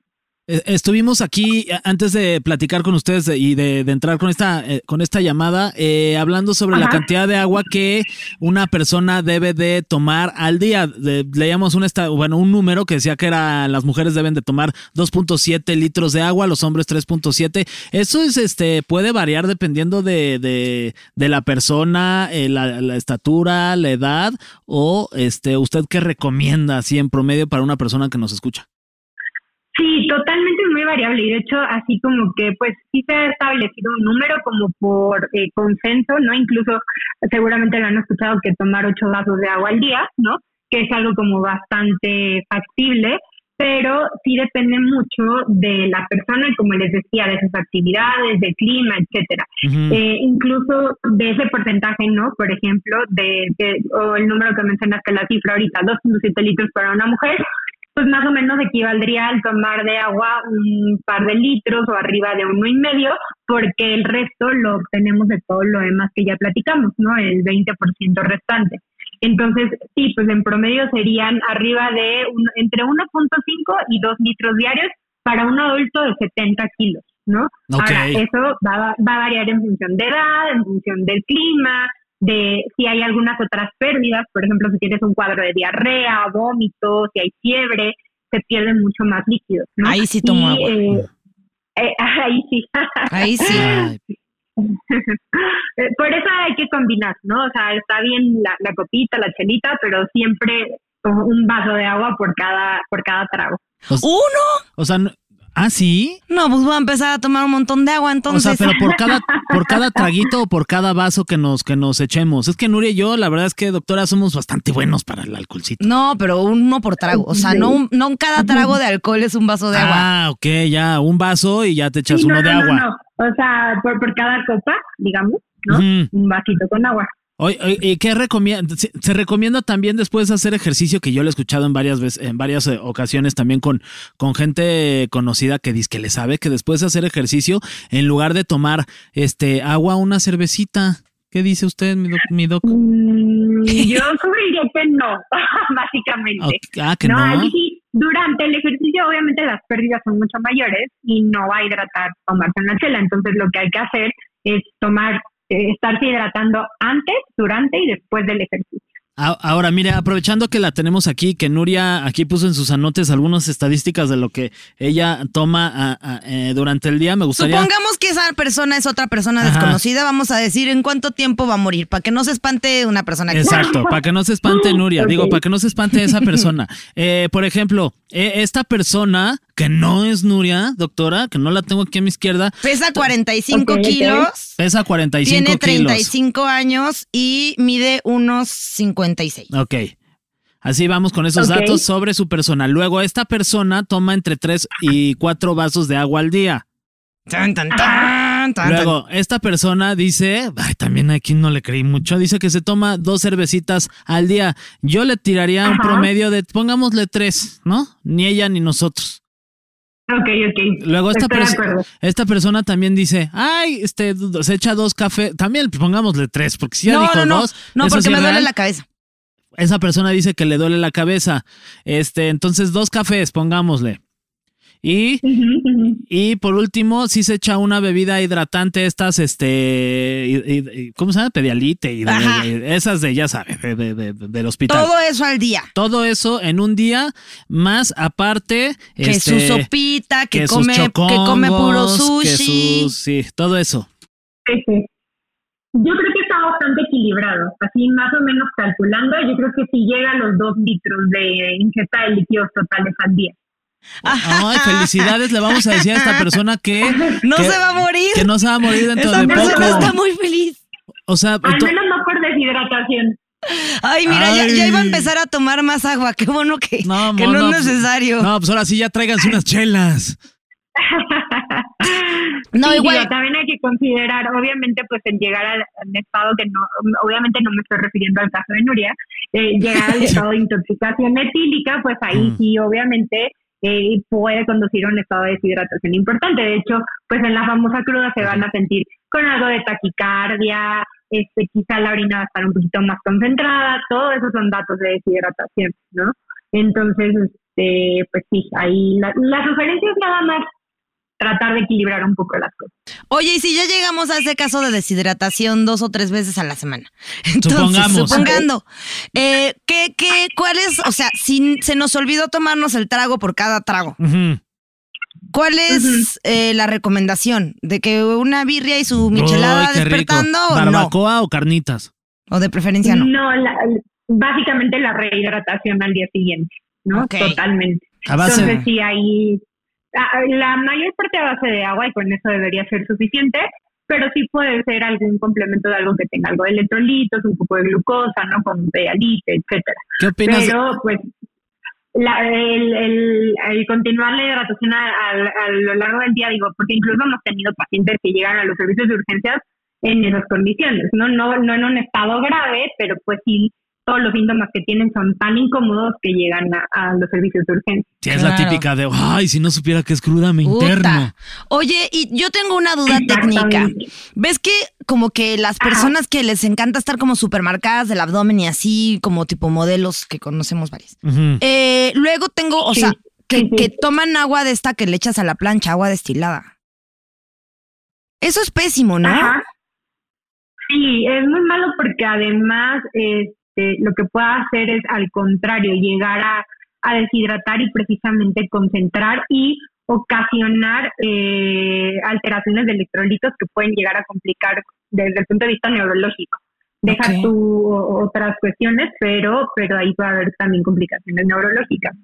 [SPEAKER 4] Eh, Estuvimos aquí eh, antes de platicar con ustedes de- y de, de entrar con esta, eh, con esta llamada, eh, hablando sobre la
[SPEAKER 5] Ajá.
[SPEAKER 4] cantidad de agua que una persona debe de tomar al día. De- leíamos un, esta- bueno, un número que decía que era las mujeres deben de tomar 2.7 litros de agua, los hombres 3.7. Eso es, este, puede variar dependiendo de, de- de la persona, eh, la, la estatura, la edad o este, usted qué recomienda así en promedio para una persona que nos escucha.
[SPEAKER 5] Sí, totalmente muy variable y de hecho así como que pues sí se ha establecido un número como por eh, consenso, ¿no? Incluso seguramente lo han escuchado que tomar ocho vasos de agua al día, ¿no? Que es algo como bastante factible, pero sí depende mucho de la persona y como les decía, de sus actividades, del clima, etcétera.
[SPEAKER 4] Ujú.
[SPEAKER 5] Eh, incluso de ese porcentaje, ¿no? Por ejemplo, de, de- o el número que mencionaste, la cifra ahorita, 2.7 litros para una mujer, pues más o menos equivaldría al tomar de agua un par de litros o arriba de uno y medio, porque el resto lo obtenemos de todo lo demás que ya platicamos, ¿no? El 20% restante. Entonces, sí, pues en promedio serían arriba de un- entre 1.5 y 2 litros diarios para un adulto de 70 kilos, ¿no?
[SPEAKER 4] Ok.
[SPEAKER 5] Ahora, eso va, va a variar en función de edad, en función del clima, de si hay algunas otras pérdidas, por ejemplo, si tienes un cuadro de diarrea, vómito, si hay fiebre, se pierden mucho más líquidos. ¿no?
[SPEAKER 3] Ahí sí tomo
[SPEAKER 5] Y,
[SPEAKER 3] agua.
[SPEAKER 5] eh, eh, <laughs> ahí sí.
[SPEAKER 4] <laughs>
[SPEAKER 3] Ahí sí.
[SPEAKER 4] Ay,
[SPEAKER 5] Eh, Por eso hay que combinar, ¿no? O sea, está bien la, la copita, la chelita, pero siempre como un vaso de agua por cada por cada trago.
[SPEAKER 4] o, s-
[SPEAKER 3] ¿Uno?
[SPEAKER 4] o sea, no- ah, sí.
[SPEAKER 3] No, pues voy a empezar a tomar un montón de agua
[SPEAKER 4] O
[SPEAKER 3] entonces.
[SPEAKER 4] sea, pero por cada, por cada traguito o por cada vaso que nos, que nos echemos. Es que Nuria y yo, la verdad es que, doctora, somos bastante buenos para el alcoholcito.
[SPEAKER 3] No, pero uno por trago. O sea, no, un- no un cada trago de alcohol es un vaso de agua.
[SPEAKER 4] Ah, ok, ya, un vaso y ya te echas
[SPEAKER 5] Sí,
[SPEAKER 4] uno
[SPEAKER 5] no,
[SPEAKER 4] de
[SPEAKER 5] no, no,
[SPEAKER 4] agua.
[SPEAKER 5] no. O sea, por, por cada copa, digamos, ¿no?
[SPEAKER 4] Ujú.
[SPEAKER 5] Un vasito con agua.
[SPEAKER 4] Oye, oye, ¿y ¿qué recomienda? Se, se recomienda también después hacer ejercicio que yo lo he escuchado en varias veces, en varias eh, ocasiones también con, con gente conocida que dice que le sabe que después de hacer ejercicio, en lugar de tomar este agua, una cervecita. ¿Qué dice usted, mi doc? mi doc?
[SPEAKER 5] Mm, yo sugeriría que no, <laughs> básicamente.
[SPEAKER 4] Ah, Ah, que no.
[SPEAKER 5] ahí sí, durante el ejercicio obviamente las pérdidas son mucho mayores y no va a hidratar tomarse una chela. Entonces lo que hay que hacer es tomar, eh, estarse hidratando antes, durante y después del ejercicio.
[SPEAKER 4] A- Ahora, mire, aprovechando que la tenemos aquí, que Nuria aquí puso en sus anotes algunas estadísticas de lo que ella toma a- a- eh, durante el día, me gustaría.
[SPEAKER 3] Supongamos que esa persona es otra persona
[SPEAKER 4] Ajá.
[SPEAKER 3] desconocida, vamos a decir en cuánto tiempo va a morir, para que no se espante una persona que
[SPEAKER 4] Exacto, para que no se espante Nuria,
[SPEAKER 5] Ok.
[SPEAKER 4] digo, para que no se espante esa persona. Eh, por ejemplo, eh, esta persona que no es Nuria, doctora, que no la tengo aquí a mi izquierda,
[SPEAKER 3] pesa 45
[SPEAKER 5] Ok, ok.
[SPEAKER 3] kilos,
[SPEAKER 4] pesa 45
[SPEAKER 3] tiene
[SPEAKER 4] kilos.
[SPEAKER 3] 35 años y mide unos 56.
[SPEAKER 4] Ok. Así vamos con esos
[SPEAKER 5] Ok.
[SPEAKER 4] datos sobre su persona. Luego, esta persona toma entre 3 y 4 vasos de agua al día.
[SPEAKER 3] Tan, tan, tan, tan, tan.
[SPEAKER 4] Luego, esta persona dice, ay, también aquí no le creí mucho, dice que se toma dos cervecitas al día. Yo le tiraría un
[SPEAKER 5] Ajá.
[SPEAKER 4] promedio de, pongámosle tres, ¿no? Ni ella ni nosotros.
[SPEAKER 5] Ok, ok.
[SPEAKER 4] Luego esta,
[SPEAKER 5] Estoy de
[SPEAKER 4] perso-
[SPEAKER 5] acuerdo.
[SPEAKER 4] esta persona también dice, ay, este, d- se echa dos cafés, también pongámosle tres, porque si ya
[SPEAKER 3] No,
[SPEAKER 4] dijo
[SPEAKER 3] no, no,
[SPEAKER 4] dos,
[SPEAKER 3] no,
[SPEAKER 4] eso
[SPEAKER 3] porque
[SPEAKER 4] sí
[SPEAKER 3] me
[SPEAKER 4] es
[SPEAKER 3] duele
[SPEAKER 4] real.
[SPEAKER 3] la cabeza.
[SPEAKER 4] Esa persona dice que le duele la cabeza. Este, entonces dos cafés, pongámosle. Y
[SPEAKER 5] Ujú, ujú.
[SPEAKER 4] y por último, sí se echa una bebida hidratante, estas, este, hi- hi- ¿cómo se llama? Pedialite, y de-
[SPEAKER 3] Ajá.
[SPEAKER 4] de- esas de, ya sabe, de- de- de- del hospital.
[SPEAKER 3] Todo eso al día.
[SPEAKER 4] Todo eso en un día, más aparte,
[SPEAKER 3] Que
[SPEAKER 4] este,
[SPEAKER 3] su sopita, que,
[SPEAKER 4] que sus
[SPEAKER 3] come, que come puro
[SPEAKER 4] chocongos, que
[SPEAKER 3] sushi.
[SPEAKER 4] sus- sí, todo eso.
[SPEAKER 5] Sí, sí. Yo creo que está bastante equilibrado, así más o menos calculando, yo creo que si llega a los dos litros de ingesta de líquidos totales al día.
[SPEAKER 4] Ay, felicidades, le vamos a decir a esta persona
[SPEAKER 3] <laughs>
[SPEAKER 4] que...
[SPEAKER 3] No
[SPEAKER 4] que-
[SPEAKER 3] se va a morir.
[SPEAKER 4] Que no se va a morir dentro
[SPEAKER 3] Esa
[SPEAKER 4] de
[SPEAKER 3] persona
[SPEAKER 4] poco.
[SPEAKER 3] está muy feliz.
[SPEAKER 4] O sea,
[SPEAKER 5] Al
[SPEAKER 4] to-
[SPEAKER 5] menos no por deshidratación.
[SPEAKER 3] Ay, mira, ya- Ya,
[SPEAKER 4] Ay.
[SPEAKER 3] iba a empezar a tomar más agua. Qué bueno que
[SPEAKER 4] no,
[SPEAKER 3] que
[SPEAKER 4] mo-
[SPEAKER 3] no es
[SPEAKER 4] pues-
[SPEAKER 3] necesario.
[SPEAKER 4] No, pues ahora sí ya tráiganse unas chelas.
[SPEAKER 5] <laughs>
[SPEAKER 3] No,
[SPEAKER 5] Sí,
[SPEAKER 3] igual.
[SPEAKER 5] digo, también hay que considerar, obviamente, pues el llegar al, al estado que no, obviamente no me estoy refiriendo al caso de Nuria, eh, llegar
[SPEAKER 3] <laughs>
[SPEAKER 5] al estado de intoxicación etílica, pues ahí
[SPEAKER 4] Mm.
[SPEAKER 5] sí, obviamente, eh, puede conducir a un estado de deshidratación importante. De hecho, pues en la famosa cruda se van a sentir con algo de taquicardia, este, quizá la orina va a estar un poquito más concentrada, todos esos son datos de deshidratación, ¿no? Entonces, este, pues sí, ahí la, la sugerencia es nada más tratar de equilibrar un poco las cosas.
[SPEAKER 3] Oye, y si ya llegamos a ese caso de deshidratación dos o tres veces a la semana. <laughs> Entonces,
[SPEAKER 4] Supongamos.
[SPEAKER 3] Supongando. Eh, ¿qué, qué, ¿Cuál es? O sea, si se nos olvidó tomarnos el trago por cada trago.
[SPEAKER 4] Ujú.
[SPEAKER 3] ¿Cuál es eh, la recomendación? ¿De que una birria y su
[SPEAKER 4] Ay,
[SPEAKER 3] michelada
[SPEAKER 4] qué rico.
[SPEAKER 3] despertando o no?
[SPEAKER 4] ¿Barbacoa Mm, o carnitas?
[SPEAKER 3] O de preferencia no.
[SPEAKER 5] la- básicamente la rehidratación al día siguiente, ¿no?
[SPEAKER 3] Ok.
[SPEAKER 5] Totalmente.
[SPEAKER 4] A base
[SPEAKER 5] Entonces sí, ahí ah, la mayor parte a base de agua y con eso debería ser suficiente, pero sí puede ser algún complemento de algo que tenga algo de electrolitos, un poco de glucosa, ¿no? Con pealite, etcétera.
[SPEAKER 4] ¿Qué opinas?
[SPEAKER 5] Pero pues la- el, el- el continuar la hidratación a, a- a lo largo del día, digo, porque incluso hemos tenido pacientes que llegan a los servicios de urgencias en esas condiciones, ¿no? No, no en un estado grave, pero pues sí, todos los síntomas que tienen son tan incómodos que llegan a, a los servicios de urgencia.
[SPEAKER 4] Sí, es la
[SPEAKER 3] Claro.
[SPEAKER 4] típica de, ay, si no supiera que es cruda, me
[SPEAKER 3] Puta.
[SPEAKER 4] interno.
[SPEAKER 3] Oye, y yo tengo una duda técnica.
[SPEAKER 5] Exactamente.
[SPEAKER 3] ¿Ves que como que las personas que les encanta estar como supermarcadas del abdomen y así, como tipo modelos que conocemos varios?
[SPEAKER 4] Ujú.
[SPEAKER 3] Eh, luego tengo, o
[SPEAKER 5] Sí,
[SPEAKER 3] sea, que,
[SPEAKER 5] sí, sí.
[SPEAKER 3] que toman agua de esta que le echas a la plancha, agua destilada. Eso es pésimo, ¿no?
[SPEAKER 5] Ajá. Sí, es muy malo porque además este, lo que puede hacer es al contrario, llegar a, a deshidratar y precisamente concentrar y ocasionar eh, alteraciones de electrolitos que pueden llegar a complicar desde el punto de vista neurológico. Deja
[SPEAKER 3] Ok.
[SPEAKER 5] tú o- otras cuestiones, pero, pero ahí puede haber también complicaciones neurológicas.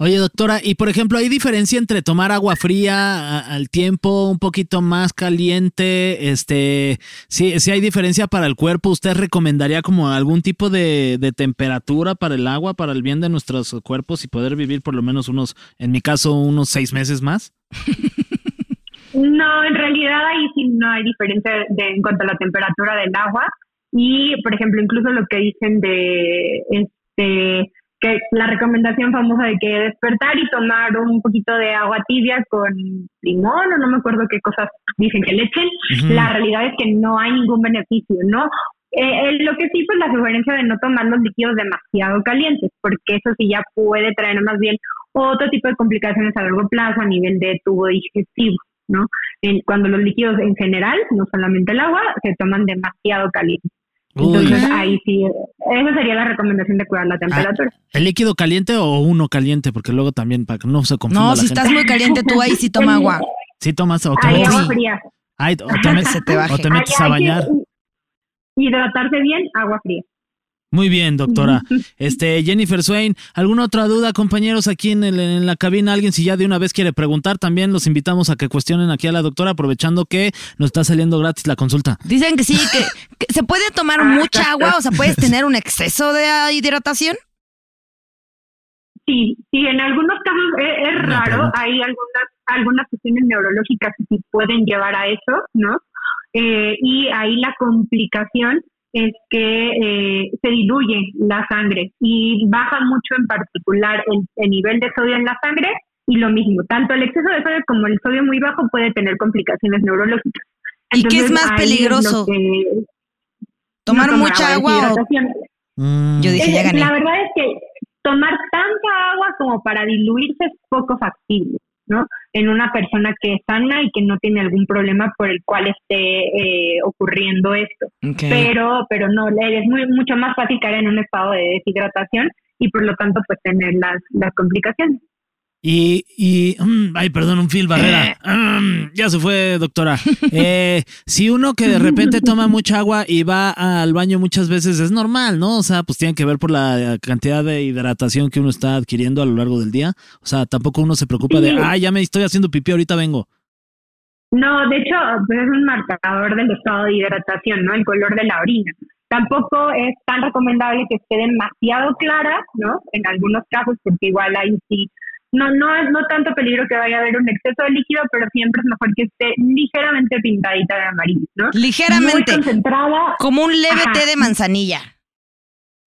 [SPEAKER 4] Oye, doctora, y por ejemplo, ¿hay diferencia entre tomar agua fría a- al tiempo, un poquito más caliente? Este, sí, sí hay diferencia para el cuerpo. ¿Usted recomendaría como algún tipo de, de temperatura para el agua, para el bien de nuestros cuerpos y poder vivir por lo menos unos, en mi caso, unos seis meses más?
[SPEAKER 5] No, en realidad ahí sí no hay diferencia de- en cuanto a la temperatura del agua y, por ejemplo, incluso lo que dicen de este que la recomendación famosa de que despertar y tomar un poquito de agua tibia con limón o no me acuerdo qué cosas dicen que le echen,
[SPEAKER 4] Mm.
[SPEAKER 5] la realidad es que no hay ningún beneficio, ¿no? Eh, eh, lo que sí, pues la sugerencia de no tomar los líquidos demasiado calientes, porque eso sí ya puede traer más bien otro tipo de complicaciones a largo plazo a nivel de tubo digestivo, ¿no? En- cuando los líquidos en general, no solamente el agua, se toman demasiado caliente.
[SPEAKER 4] Uy. Ah,
[SPEAKER 5] Entonces ahí sí, esa sería la recomendación de cuidar la temperatura.
[SPEAKER 4] ¿El líquido caliente o uno caliente? Porque luego también, para que no se confunda
[SPEAKER 3] No,
[SPEAKER 4] la
[SPEAKER 3] si
[SPEAKER 4] gente.
[SPEAKER 3] estás muy caliente tú ahí sí toma agua.
[SPEAKER 4] Sí tomas o te
[SPEAKER 5] Hay
[SPEAKER 4] metes-
[SPEAKER 5] agua fría.
[SPEAKER 4] ay, o
[SPEAKER 3] <laughs>
[SPEAKER 4] te metes-
[SPEAKER 3] Se te baje.
[SPEAKER 4] o te
[SPEAKER 5] Ahí
[SPEAKER 4] metes a
[SPEAKER 5] hay que
[SPEAKER 4] bañar.
[SPEAKER 5] Hidratarse bien, agua fría.
[SPEAKER 4] Muy bien, doctora. Este, Jennifer Swain, ¿alguna otra duda, compañeros, aquí en, el- en la cabina? Alguien, si ya de una vez quiere preguntar, también los invitamos a que cuestionen aquí a la doctora, aprovechando que nos está saliendo gratis la consulta.
[SPEAKER 3] Dicen que sí, que, que se puede tomar
[SPEAKER 5] Ah,
[SPEAKER 3] mucha agua, o sea, puedes tener un exceso de ah, hidratación.
[SPEAKER 5] Sí, sí, en algunos casos e- es,
[SPEAKER 4] Una
[SPEAKER 5] raro,
[SPEAKER 4] pregunta.
[SPEAKER 5] hay algunas, algunas cuestiones neurológicas que sí pueden llevar a eso, ¿no? Eh, y ahí la complicación es que eh, se diluye la sangre y baja mucho en particular el, el nivel de sodio en la sangre y lo mismo, tanto el exceso de sodio como el sodio muy bajo puede tener complicaciones neurológicas.
[SPEAKER 3] ¿Y qué es más
[SPEAKER 5] ahí lo
[SPEAKER 3] peligroso?
[SPEAKER 5] que-
[SPEAKER 3] Tomar
[SPEAKER 5] no
[SPEAKER 3] mucha agua o...
[SPEAKER 5] deshidratación.
[SPEAKER 4] Mm,
[SPEAKER 3] Yo dije,
[SPEAKER 5] Es-
[SPEAKER 3] ya gané.
[SPEAKER 5] Eh, La verdad es que tomar tanta agua como para diluirse es poco factible, ¿no? En una persona que es sana y que no tiene algún problema por el cual esté eh, ocurriendo esto. Pero, pero no, es muy, mucho más fácil caer en un estado de deshidratación y por lo tanto pues tener las, las complicaciones.
[SPEAKER 4] Y, y, mm, ay, perdón, un Phil
[SPEAKER 5] Eh.
[SPEAKER 4] Barrera. Mm, ya se fue,
[SPEAKER 5] <laughs>
[SPEAKER 4] doctora. Eh, si uno que de repente toma mucha agua y va al baño muchas veces, es normal, ¿no? O sea, pues tiene que ver por la cantidad de hidratación que uno está adquiriendo a lo largo del día. O sea, tampoco uno se preocupa de,
[SPEAKER 5] Sí.
[SPEAKER 4] ah, ya me estoy haciendo pipí, ahorita vengo.
[SPEAKER 5] No, de hecho, pues es un marcador del estado de hidratación, ¿no? El color de la orina. Tampoco es tan recomendable que esté demasiado clara, ¿no? En algunos casos, porque igual ahí sí. No, no es no tanto peligro que vaya a haber un exceso de líquido, pero siempre es mejor que esté ligeramente pintadita de amarillo, ¿no? Muy
[SPEAKER 3] Ligeramente,
[SPEAKER 5] concentrada,
[SPEAKER 3] como un leve
[SPEAKER 5] Ajá.
[SPEAKER 3] té de manzanilla.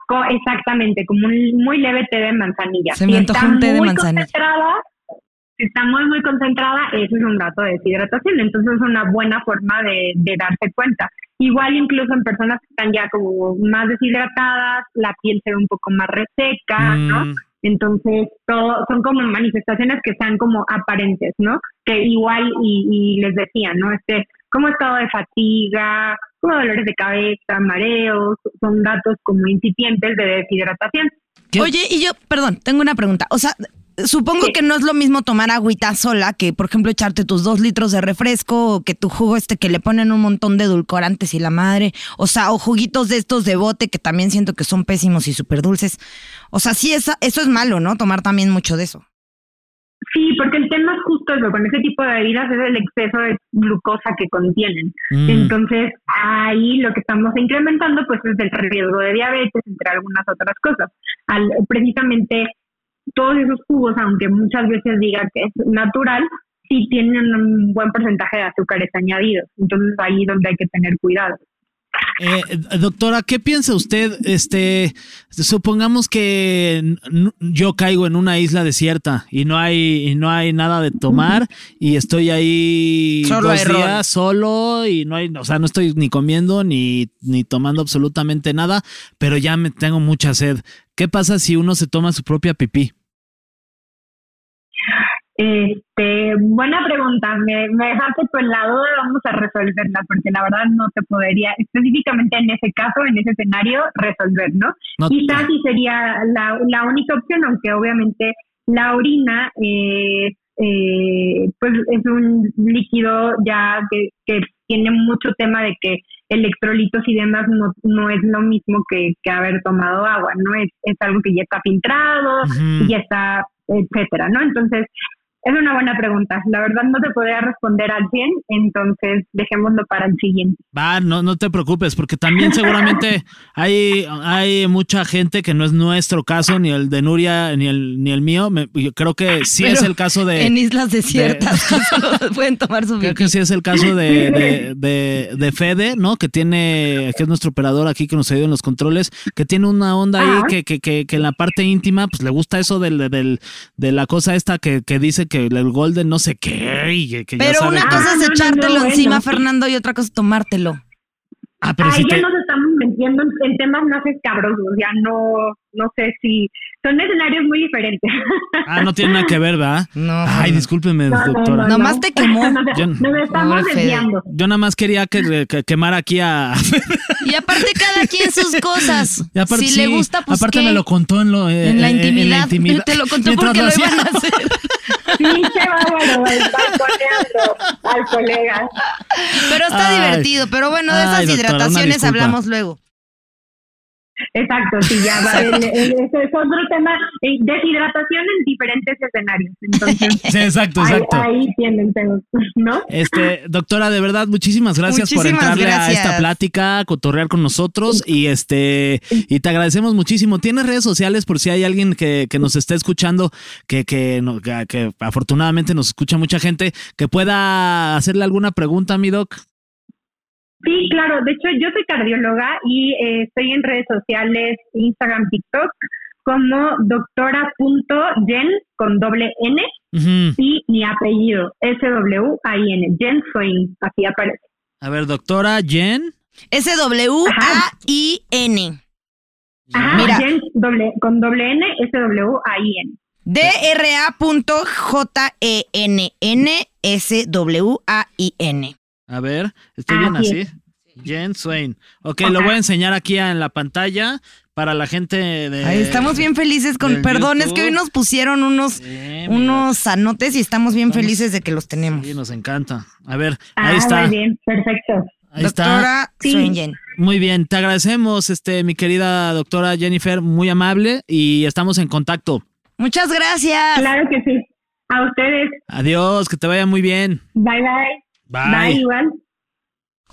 [SPEAKER 5] co- exactamente, como un muy leve té de manzanilla.
[SPEAKER 3] Se me antojó
[SPEAKER 5] está
[SPEAKER 3] un té de
[SPEAKER 5] muy
[SPEAKER 3] manzanilla.
[SPEAKER 5] concentrada, si está muy, muy concentrada, eso es un dato de deshidratación. Entonces es una buena forma de, de darse cuenta. Igual incluso en personas que están ya como más deshidratadas, la piel se ve un poco más reseca, Ah, ¿no?
[SPEAKER 4] Mm,
[SPEAKER 5] Entonces, todo, son como manifestaciones que están como aparentes, ¿no? Que igual y, y les decía, ¿no? Este, como estado de fatiga, como dolores de cabeza, mareos, son datos como incipientes de deshidratación.
[SPEAKER 4] ¿Qué?
[SPEAKER 3] Oye, y yo, perdón, tengo una pregunta. O sea, supongo
[SPEAKER 5] Sí.
[SPEAKER 3] que no es lo mismo tomar agüita sola que, por ejemplo, echarte tus dos litros de refresco o que tu jugo este que le ponen un montón de edulcorantes y la madre. O sea, o juguitos de estos de bote que también siento que son pésimos y súper dulces. O sea, sí, esa- eso es malo, ¿no? Tomar también mucho de eso.
[SPEAKER 5] Sí, porque el tema es justo eso, con ese tipo de bebidas es el exceso de glucosa que contienen.
[SPEAKER 4] Mm.
[SPEAKER 5] Entonces, ahí lo que estamos incrementando pues es el riesgo de diabetes, entre algunas otras cosas. Al- precisamente todos esos jugos, aunque muchas veces diga que es natural, sí tienen un buen porcentaje de azúcares añadidos. Entonces, ahí es donde hay que tener cuidado.
[SPEAKER 4] Eh, eh, doctora, ¿qué piensa usted? Este, supongamos que n- n- yo caigo en una isla desierta y no hay, y no hay nada de tomar y estoy ahí
[SPEAKER 3] Solo
[SPEAKER 4] dos
[SPEAKER 3] hay ron.
[SPEAKER 4] días solo y no hay, o sea, no estoy ni comiendo ni, ni tomando absolutamente nada, pero ya me tengo mucha sed. ¿Qué pasa si uno se toma su propia pipí?
[SPEAKER 5] Este, buena pregunta. Me, me dejaste con la duda, vamos a resolverla, porque la verdad no te podría, específicamente en ese caso, en ese escenario, resolver, ¿no?
[SPEAKER 4] No-
[SPEAKER 5] Quizás sí sería la, la única opción, aunque obviamente la orina, eh, eh, pues es un líquido ya que, que tiene mucho tema de que electrolitos y demás no, no es lo mismo que, que haber tomado agua, ¿no? Es, es algo que ya está filtrado,
[SPEAKER 4] Ujú.
[SPEAKER 5] y ya está, etcétera, ¿no? Entonces, es una buena pregunta. La verdad no te podría responder al 100, entonces dejémoslo para el siguiente.
[SPEAKER 4] Va, no, no te preocupes, porque también seguramente hay, hay mucha gente que no es nuestro caso, ni el de Nuria, ni el, ni el mío. Me- yo creo que sí
[SPEAKER 3] Pero
[SPEAKER 4] es el caso
[SPEAKER 3] en
[SPEAKER 4] de.
[SPEAKER 3] islas desiertas <laughs> solo pueden tomar su
[SPEAKER 4] Creo
[SPEAKER 3] pipí.
[SPEAKER 4] que sí es el caso de, de, de- de Fede, ¿no? Que tiene, que es nuestro operador aquí que nos ayuda en los controles, que tiene una onda ahí
[SPEAKER 5] Ah.
[SPEAKER 4] que, que, que, que en la parte íntima, pues le gusta eso del, del, de la cosa esta que, que dice que el golden no sé qué. y que- que ya
[SPEAKER 3] Pero
[SPEAKER 4] sabe
[SPEAKER 3] una
[SPEAKER 4] que-
[SPEAKER 3] cosa
[SPEAKER 5] Ah, no,
[SPEAKER 3] es
[SPEAKER 5] no,
[SPEAKER 3] echártelo
[SPEAKER 5] no, bueno.
[SPEAKER 3] encima, Fernando, y otra cosa es tomártelo.
[SPEAKER 4] Ah, pero
[SPEAKER 5] Ahí
[SPEAKER 4] si
[SPEAKER 5] ya
[SPEAKER 4] te-
[SPEAKER 5] nos estamos metiendo en, en temas más escabrosos, ya no, no sé si son escenarios muy diferentes.
[SPEAKER 4] Ah, no tiene nada que ver, ¿verdad?
[SPEAKER 3] No.
[SPEAKER 4] Ay, discúlpeme,
[SPEAKER 5] No, no,
[SPEAKER 4] doctora.
[SPEAKER 5] <laughs> no,
[SPEAKER 3] Nomás te quemó.
[SPEAKER 5] Nos-
[SPEAKER 4] Ah, Yo-
[SPEAKER 5] nos estamos
[SPEAKER 3] Pobre Fede.
[SPEAKER 5] desviando.
[SPEAKER 4] Yo nada más quería
[SPEAKER 3] <laughs>
[SPEAKER 4] que, que- quemar aquí a. <laughs>
[SPEAKER 3] Y aparte cada quien sus cosas.
[SPEAKER 4] Y aparte,
[SPEAKER 3] si
[SPEAKER 4] sí,
[SPEAKER 3] le gusta, pues
[SPEAKER 4] aparte
[SPEAKER 3] ¿qué?
[SPEAKER 4] me lo contó en, lo, eh,
[SPEAKER 3] en la
[SPEAKER 4] eh,
[SPEAKER 3] intimidad. <laughs>
[SPEAKER 4] intimidad.
[SPEAKER 3] Te lo contó
[SPEAKER 4] Mientras
[SPEAKER 3] porque
[SPEAKER 4] <laughs>
[SPEAKER 3] lo
[SPEAKER 4] hacía.
[SPEAKER 3] iban a hacer.
[SPEAKER 4] <laughs>
[SPEAKER 5] Sí, qué bárbaro, balconeando al colega.
[SPEAKER 3] Pero está
[SPEAKER 4] Ay.
[SPEAKER 3] divertido. Pero bueno, de esas
[SPEAKER 4] Ay, doctora, una
[SPEAKER 3] hidrataciones
[SPEAKER 4] disculpa.
[SPEAKER 3] hablamos luego.
[SPEAKER 5] Exacto, sí, ya va. el- el- ese es otro tema. eh, Deshidratación en diferentes escenarios. Entonces,
[SPEAKER 4] Sí, exacto, <laughs> exacto.
[SPEAKER 5] Ahí, ahí tienen, pero, ¿no?
[SPEAKER 4] Este, doctora, de verdad, muchísimas gracias por
[SPEAKER 3] Muchísimas
[SPEAKER 4] entrarle a
[SPEAKER 3] gracias.
[SPEAKER 4] esta plática, a cotorrear con nosotros y este, y te agradecemos muchísimo. ¿Tienes redes sociales por si hay alguien que, que nos esté escuchando, que, que, no- que, que afortunadamente nos escucha mucha gente, que pueda hacerle alguna pregunta, mi doc?
[SPEAKER 5] Sí, claro. De hecho, yo soy cardióloga y eh, estoy en redes sociales, Instagram, TikTok, como doctora.jen con doble N
[SPEAKER 4] Ujú.
[SPEAKER 5] y mi apellido, S-W-I-N, Jen Soin, así aparece.
[SPEAKER 4] A ver, doctora Jen.
[SPEAKER 3] S-W-A-I-N.
[SPEAKER 5] Ajá,
[SPEAKER 3] Mira.
[SPEAKER 5] Jen doble, con doble N, S-W-I-N.
[SPEAKER 3] E D-R-A.J-E-N-N-S-W-A-I-N.
[SPEAKER 4] A ver,
[SPEAKER 3] Ah,
[SPEAKER 4] estoy bien
[SPEAKER 5] Así
[SPEAKER 4] así. Jen Swain. Ok, lo voy a enseñar aquí en la pantalla para la gente de.
[SPEAKER 3] Ay, estamos bien felices con.
[SPEAKER 4] del
[SPEAKER 3] Perdón, es que hoy
[SPEAKER 4] YouTube.
[SPEAKER 3] nos pusieron unos,
[SPEAKER 4] Sí, mira,
[SPEAKER 3] unos sanotes y estamos bien
[SPEAKER 4] Estamos-
[SPEAKER 3] felices de que los tenemos.
[SPEAKER 4] Sí, nos encanta. A ver,
[SPEAKER 5] Ah,
[SPEAKER 4] ahí está.
[SPEAKER 5] muy bien, perfecto.
[SPEAKER 4] Ahí está.
[SPEAKER 3] Doctora
[SPEAKER 5] Sí.
[SPEAKER 3] Suengen.
[SPEAKER 4] Muy bien, te agradecemos, este, mi querida doctora Jennifer, muy amable y estamos en contacto.
[SPEAKER 3] Muchas gracias.
[SPEAKER 5] Claro que sí. A ustedes,
[SPEAKER 4] Adiós, que te vaya muy bien.
[SPEAKER 5] bye bye. Bye, igual.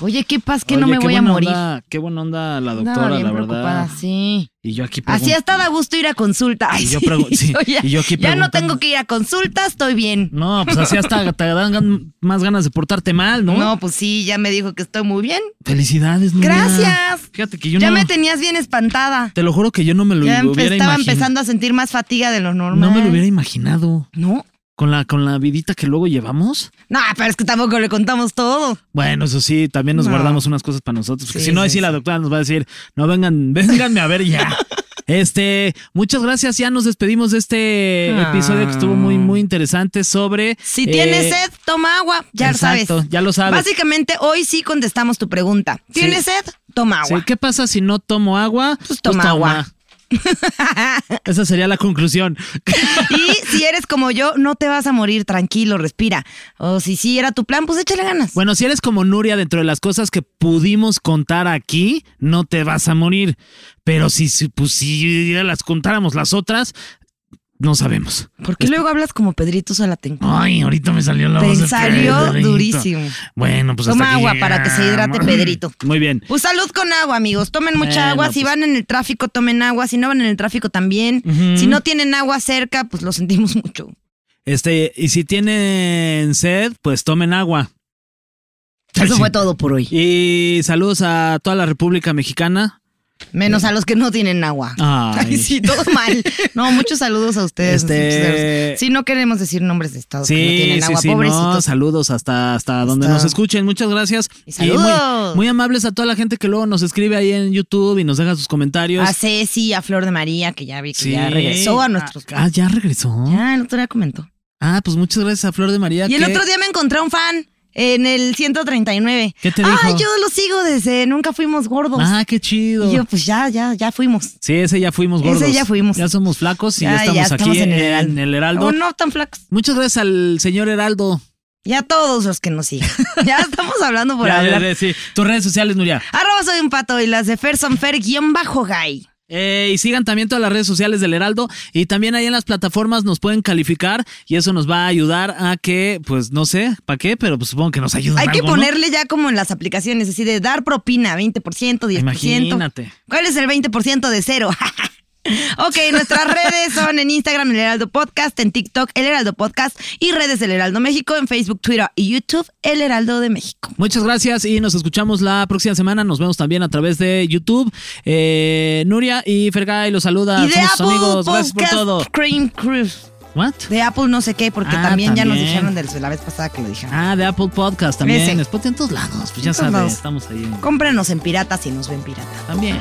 [SPEAKER 3] Oye, qué paz que no
[SPEAKER 4] Oye,
[SPEAKER 3] me
[SPEAKER 4] qué
[SPEAKER 3] voy a
[SPEAKER 4] buena
[SPEAKER 3] morir.
[SPEAKER 4] onda, qué buena onda la
[SPEAKER 3] Andaba
[SPEAKER 4] doctora,
[SPEAKER 3] bien
[SPEAKER 4] la
[SPEAKER 3] preocupada,
[SPEAKER 4] verdad.
[SPEAKER 3] sí.
[SPEAKER 4] Y yo aquí
[SPEAKER 3] Así
[SPEAKER 4] pregun-
[SPEAKER 3] hasta da gusto ir a consulta. Ay,
[SPEAKER 4] Y yo
[SPEAKER 3] sí, <laughs>
[SPEAKER 4] pregun- sí,
[SPEAKER 3] ya,
[SPEAKER 4] y yo aquí
[SPEAKER 3] ya
[SPEAKER 4] preguntando.
[SPEAKER 3] no tengo que ir a consulta, estoy bien.
[SPEAKER 4] No, pues así hasta <laughs> te dan gan- más ganas de portarte mal, ¿no?
[SPEAKER 3] No, pues sí, ya me dijo que estoy muy bien.
[SPEAKER 4] Felicidades, Nuria.
[SPEAKER 3] Gracias.
[SPEAKER 4] Fíjate que yo
[SPEAKER 3] ya
[SPEAKER 4] no.
[SPEAKER 3] me tenías bien espantada.
[SPEAKER 4] Te lo juro que yo no me lo
[SPEAKER 3] Ya empe-
[SPEAKER 4] hubiera
[SPEAKER 3] estaba
[SPEAKER 4] imaginado.
[SPEAKER 3] empezando a sentir más fatiga de lo normal.
[SPEAKER 4] No me lo hubiera imaginado.
[SPEAKER 3] No,
[SPEAKER 4] Con la, con la vidita que luego llevamos.
[SPEAKER 3] no, pero es que tampoco le contamos todo.
[SPEAKER 4] Bueno, eso sí, también nos
[SPEAKER 3] No.
[SPEAKER 4] guardamos unas cosas para nosotros. Porque
[SPEAKER 3] Sí,
[SPEAKER 4] si no, ahí
[SPEAKER 3] sí,
[SPEAKER 4] sí la <laughs>
[SPEAKER 3] sí.
[SPEAKER 4] doctora nos va a decir, no vengan, vénganme a ver ya. Este, muchas gracias. Ya nos despedimos de este
[SPEAKER 3] Ah.
[SPEAKER 4] episodio que estuvo muy, muy interesante sobre.
[SPEAKER 3] Si tienes
[SPEAKER 4] eh,
[SPEAKER 3] sed, toma agua, ya lo
[SPEAKER 4] exacto,
[SPEAKER 3] sabes.
[SPEAKER 4] ya lo sabes.
[SPEAKER 3] Básicamente, hoy sí contestamos tu pregunta. ¿Tienes
[SPEAKER 4] Sí.
[SPEAKER 3] sed? Toma
[SPEAKER 4] sí,
[SPEAKER 3] agua.
[SPEAKER 4] ¿Qué pasa si no tomo agua?
[SPEAKER 3] Pues toma agua.
[SPEAKER 4] Esa sería la
[SPEAKER 3] <laughs>
[SPEAKER 4] conclusión.
[SPEAKER 3] Y si eres como yo, no te vas a morir, tranquilo, respira. O si sí era tu plan, pues échale ganas.
[SPEAKER 4] Bueno, si eres como Nuria, dentro de las cosas que pudimos contar aquí, no te vas a morir. Pero si, si- pues, si ya las contáramos las otras, no sabemos.
[SPEAKER 3] ¿Por qué luego hablas como Pedrito Salatenco?
[SPEAKER 4] Ay, ahorita me salió la voz.
[SPEAKER 3] Te
[SPEAKER 4] de
[SPEAKER 3] salió
[SPEAKER 4] Pedrito.
[SPEAKER 3] durísimo.
[SPEAKER 4] Bueno, pues
[SPEAKER 3] Toma
[SPEAKER 4] hasta aquí
[SPEAKER 3] agua para que se hidrate
[SPEAKER 4] llegamos.
[SPEAKER 3] Pedrito.
[SPEAKER 4] <laughs> Muy bien.
[SPEAKER 3] Pues salud con agua, amigos. Tomen mucha
[SPEAKER 4] Bueno,
[SPEAKER 3] agua. Si
[SPEAKER 4] pues-
[SPEAKER 3] van en el tráfico, tomen agua. Si no van en el tráfico, también. Si no tienen agua cerca, pues lo sentimos mucho.
[SPEAKER 4] Este, y si tienen sed, pues tomen agua.
[SPEAKER 3] Eso fue todo por hoy.
[SPEAKER 4] Y saludos a toda la República Mexicana.
[SPEAKER 3] Menos a los que no tienen agua.
[SPEAKER 4] Ay.
[SPEAKER 3] Ay, sí, todo mal. No, muchos saludos a ustedes.
[SPEAKER 4] Este-
[SPEAKER 3] muchos saludos. Sí, no queremos decir nombres de estados que no
[SPEAKER 4] Sí,
[SPEAKER 3] tienen
[SPEAKER 4] sí,
[SPEAKER 3] agua,
[SPEAKER 4] sí, no,
[SPEAKER 3] pobrecitos.
[SPEAKER 4] saludos hasta, hasta donde
[SPEAKER 3] Hasta-
[SPEAKER 4] nos escuchen. Muchas gracias.
[SPEAKER 3] Y
[SPEAKER 4] muy-
[SPEAKER 3] saludos.
[SPEAKER 4] Eh, muy, amables a toda la gente que luego nos escribe ahí en YouTube y nos deja sus comentarios.
[SPEAKER 3] a Ceci, a Flor de María, que ya vi que
[SPEAKER 4] Sí.
[SPEAKER 3] Ah, ya regresó a nuestros.
[SPEAKER 4] Ah, ya regresó.
[SPEAKER 3] Ya, el otro día comentó.
[SPEAKER 4] Ah, pues muchas gracias a Flor de María.
[SPEAKER 3] Y el
[SPEAKER 4] que-
[SPEAKER 3] otro día me encontré a un fan en el 139.
[SPEAKER 4] ¿Qué te
[SPEAKER 3] Ah,
[SPEAKER 4] dijo?
[SPEAKER 3] yo lo sigo desde Nunca Fuimos Gordos.
[SPEAKER 4] Ah, qué chido.
[SPEAKER 3] Y yo, pues ya, ya, ya fuimos.
[SPEAKER 4] Sí, ese ya fuimos
[SPEAKER 3] Ese
[SPEAKER 4] gordos.
[SPEAKER 3] ya fuimos. Ah,
[SPEAKER 4] Ya somos flacos y ya,
[SPEAKER 3] Ay,
[SPEAKER 4] estamos aquí en, en el Heraldo.
[SPEAKER 3] Oh, no tan flacos.
[SPEAKER 4] Muchas gracias al señor Heraldo.
[SPEAKER 3] Ya todos los que nos
[SPEAKER 4] <laughs>
[SPEAKER 3] siguen. ya estamos hablando por
[SPEAKER 4] Ya,
[SPEAKER 3] hablar.
[SPEAKER 4] ya, ya, sí. Tus redes sociales, Nuria.
[SPEAKER 3] Arroba soy un pato y las de Ferson Fer guión bajo gay.
[SPEAKER 4] Eh, y sigan también todas las redes sociales del Heraldo y también ahí en las plataformas nos pueden calificar y eso nos va a ayudar a que, pues no sé, ¿para qué? Pero pues, supongo que nos ayuda.
[SPEAKER 3] Hay que ponerle ya como en las aplicaciones, así de dar propina, 20%, 10%.
[SPEAKER 4] Imagínate.
[SPEAKER 3] ¿Cuál es el 20% de cero? <laughs> ok, nuestras redes son en Instagram, El Heraldo Podcast, en TikTok, El Heraldo Podcast y redes del Heraldo México, en Facebook, Twitter y YouTube, El Heraldo de México.
[SPEAKER 4] Muchas gracias y nos escuchamos la próxima semana. Nos vemos también a través de YouTube. Eh, Nuria y Fergay los saluda.
[SPEAKER 3] y de
[SPEAKER 4] Ah, Somos sus
[SPEAKER 3] Apple
[SPEAKER 4] amigos. Gracias por
[SPEAKER 3] Podcast
[SPEAKER 4] todo.
[SPEAKER 3] Cream Cruise.
[SPEAKER 4] What?
[SPEAKER 3] De Apple no sé qué, porque
[SPEAKER 4] Ah,
[SPEAKER 3] también, ya nos
[SPEAKER 4] también.
[SPEAKER 3] dijeron de la vez pasada que lo dijeron.
[SPEAKER 4] Ah, de Apple Podcast también.
[SPEAKER 3] Ese.
[SPEAKER 4] Spotify en todos lados. Pues ya
[SPEAKER 3] En todos
[SPEAKER 4] sabes,
[SPEAKER 3] lados.
[SPEAKER 4] estamos ahí. en-
[SPEAKER 3] Cómprenos en pirata si nos ven pirata.
[SPEAKER 4] También.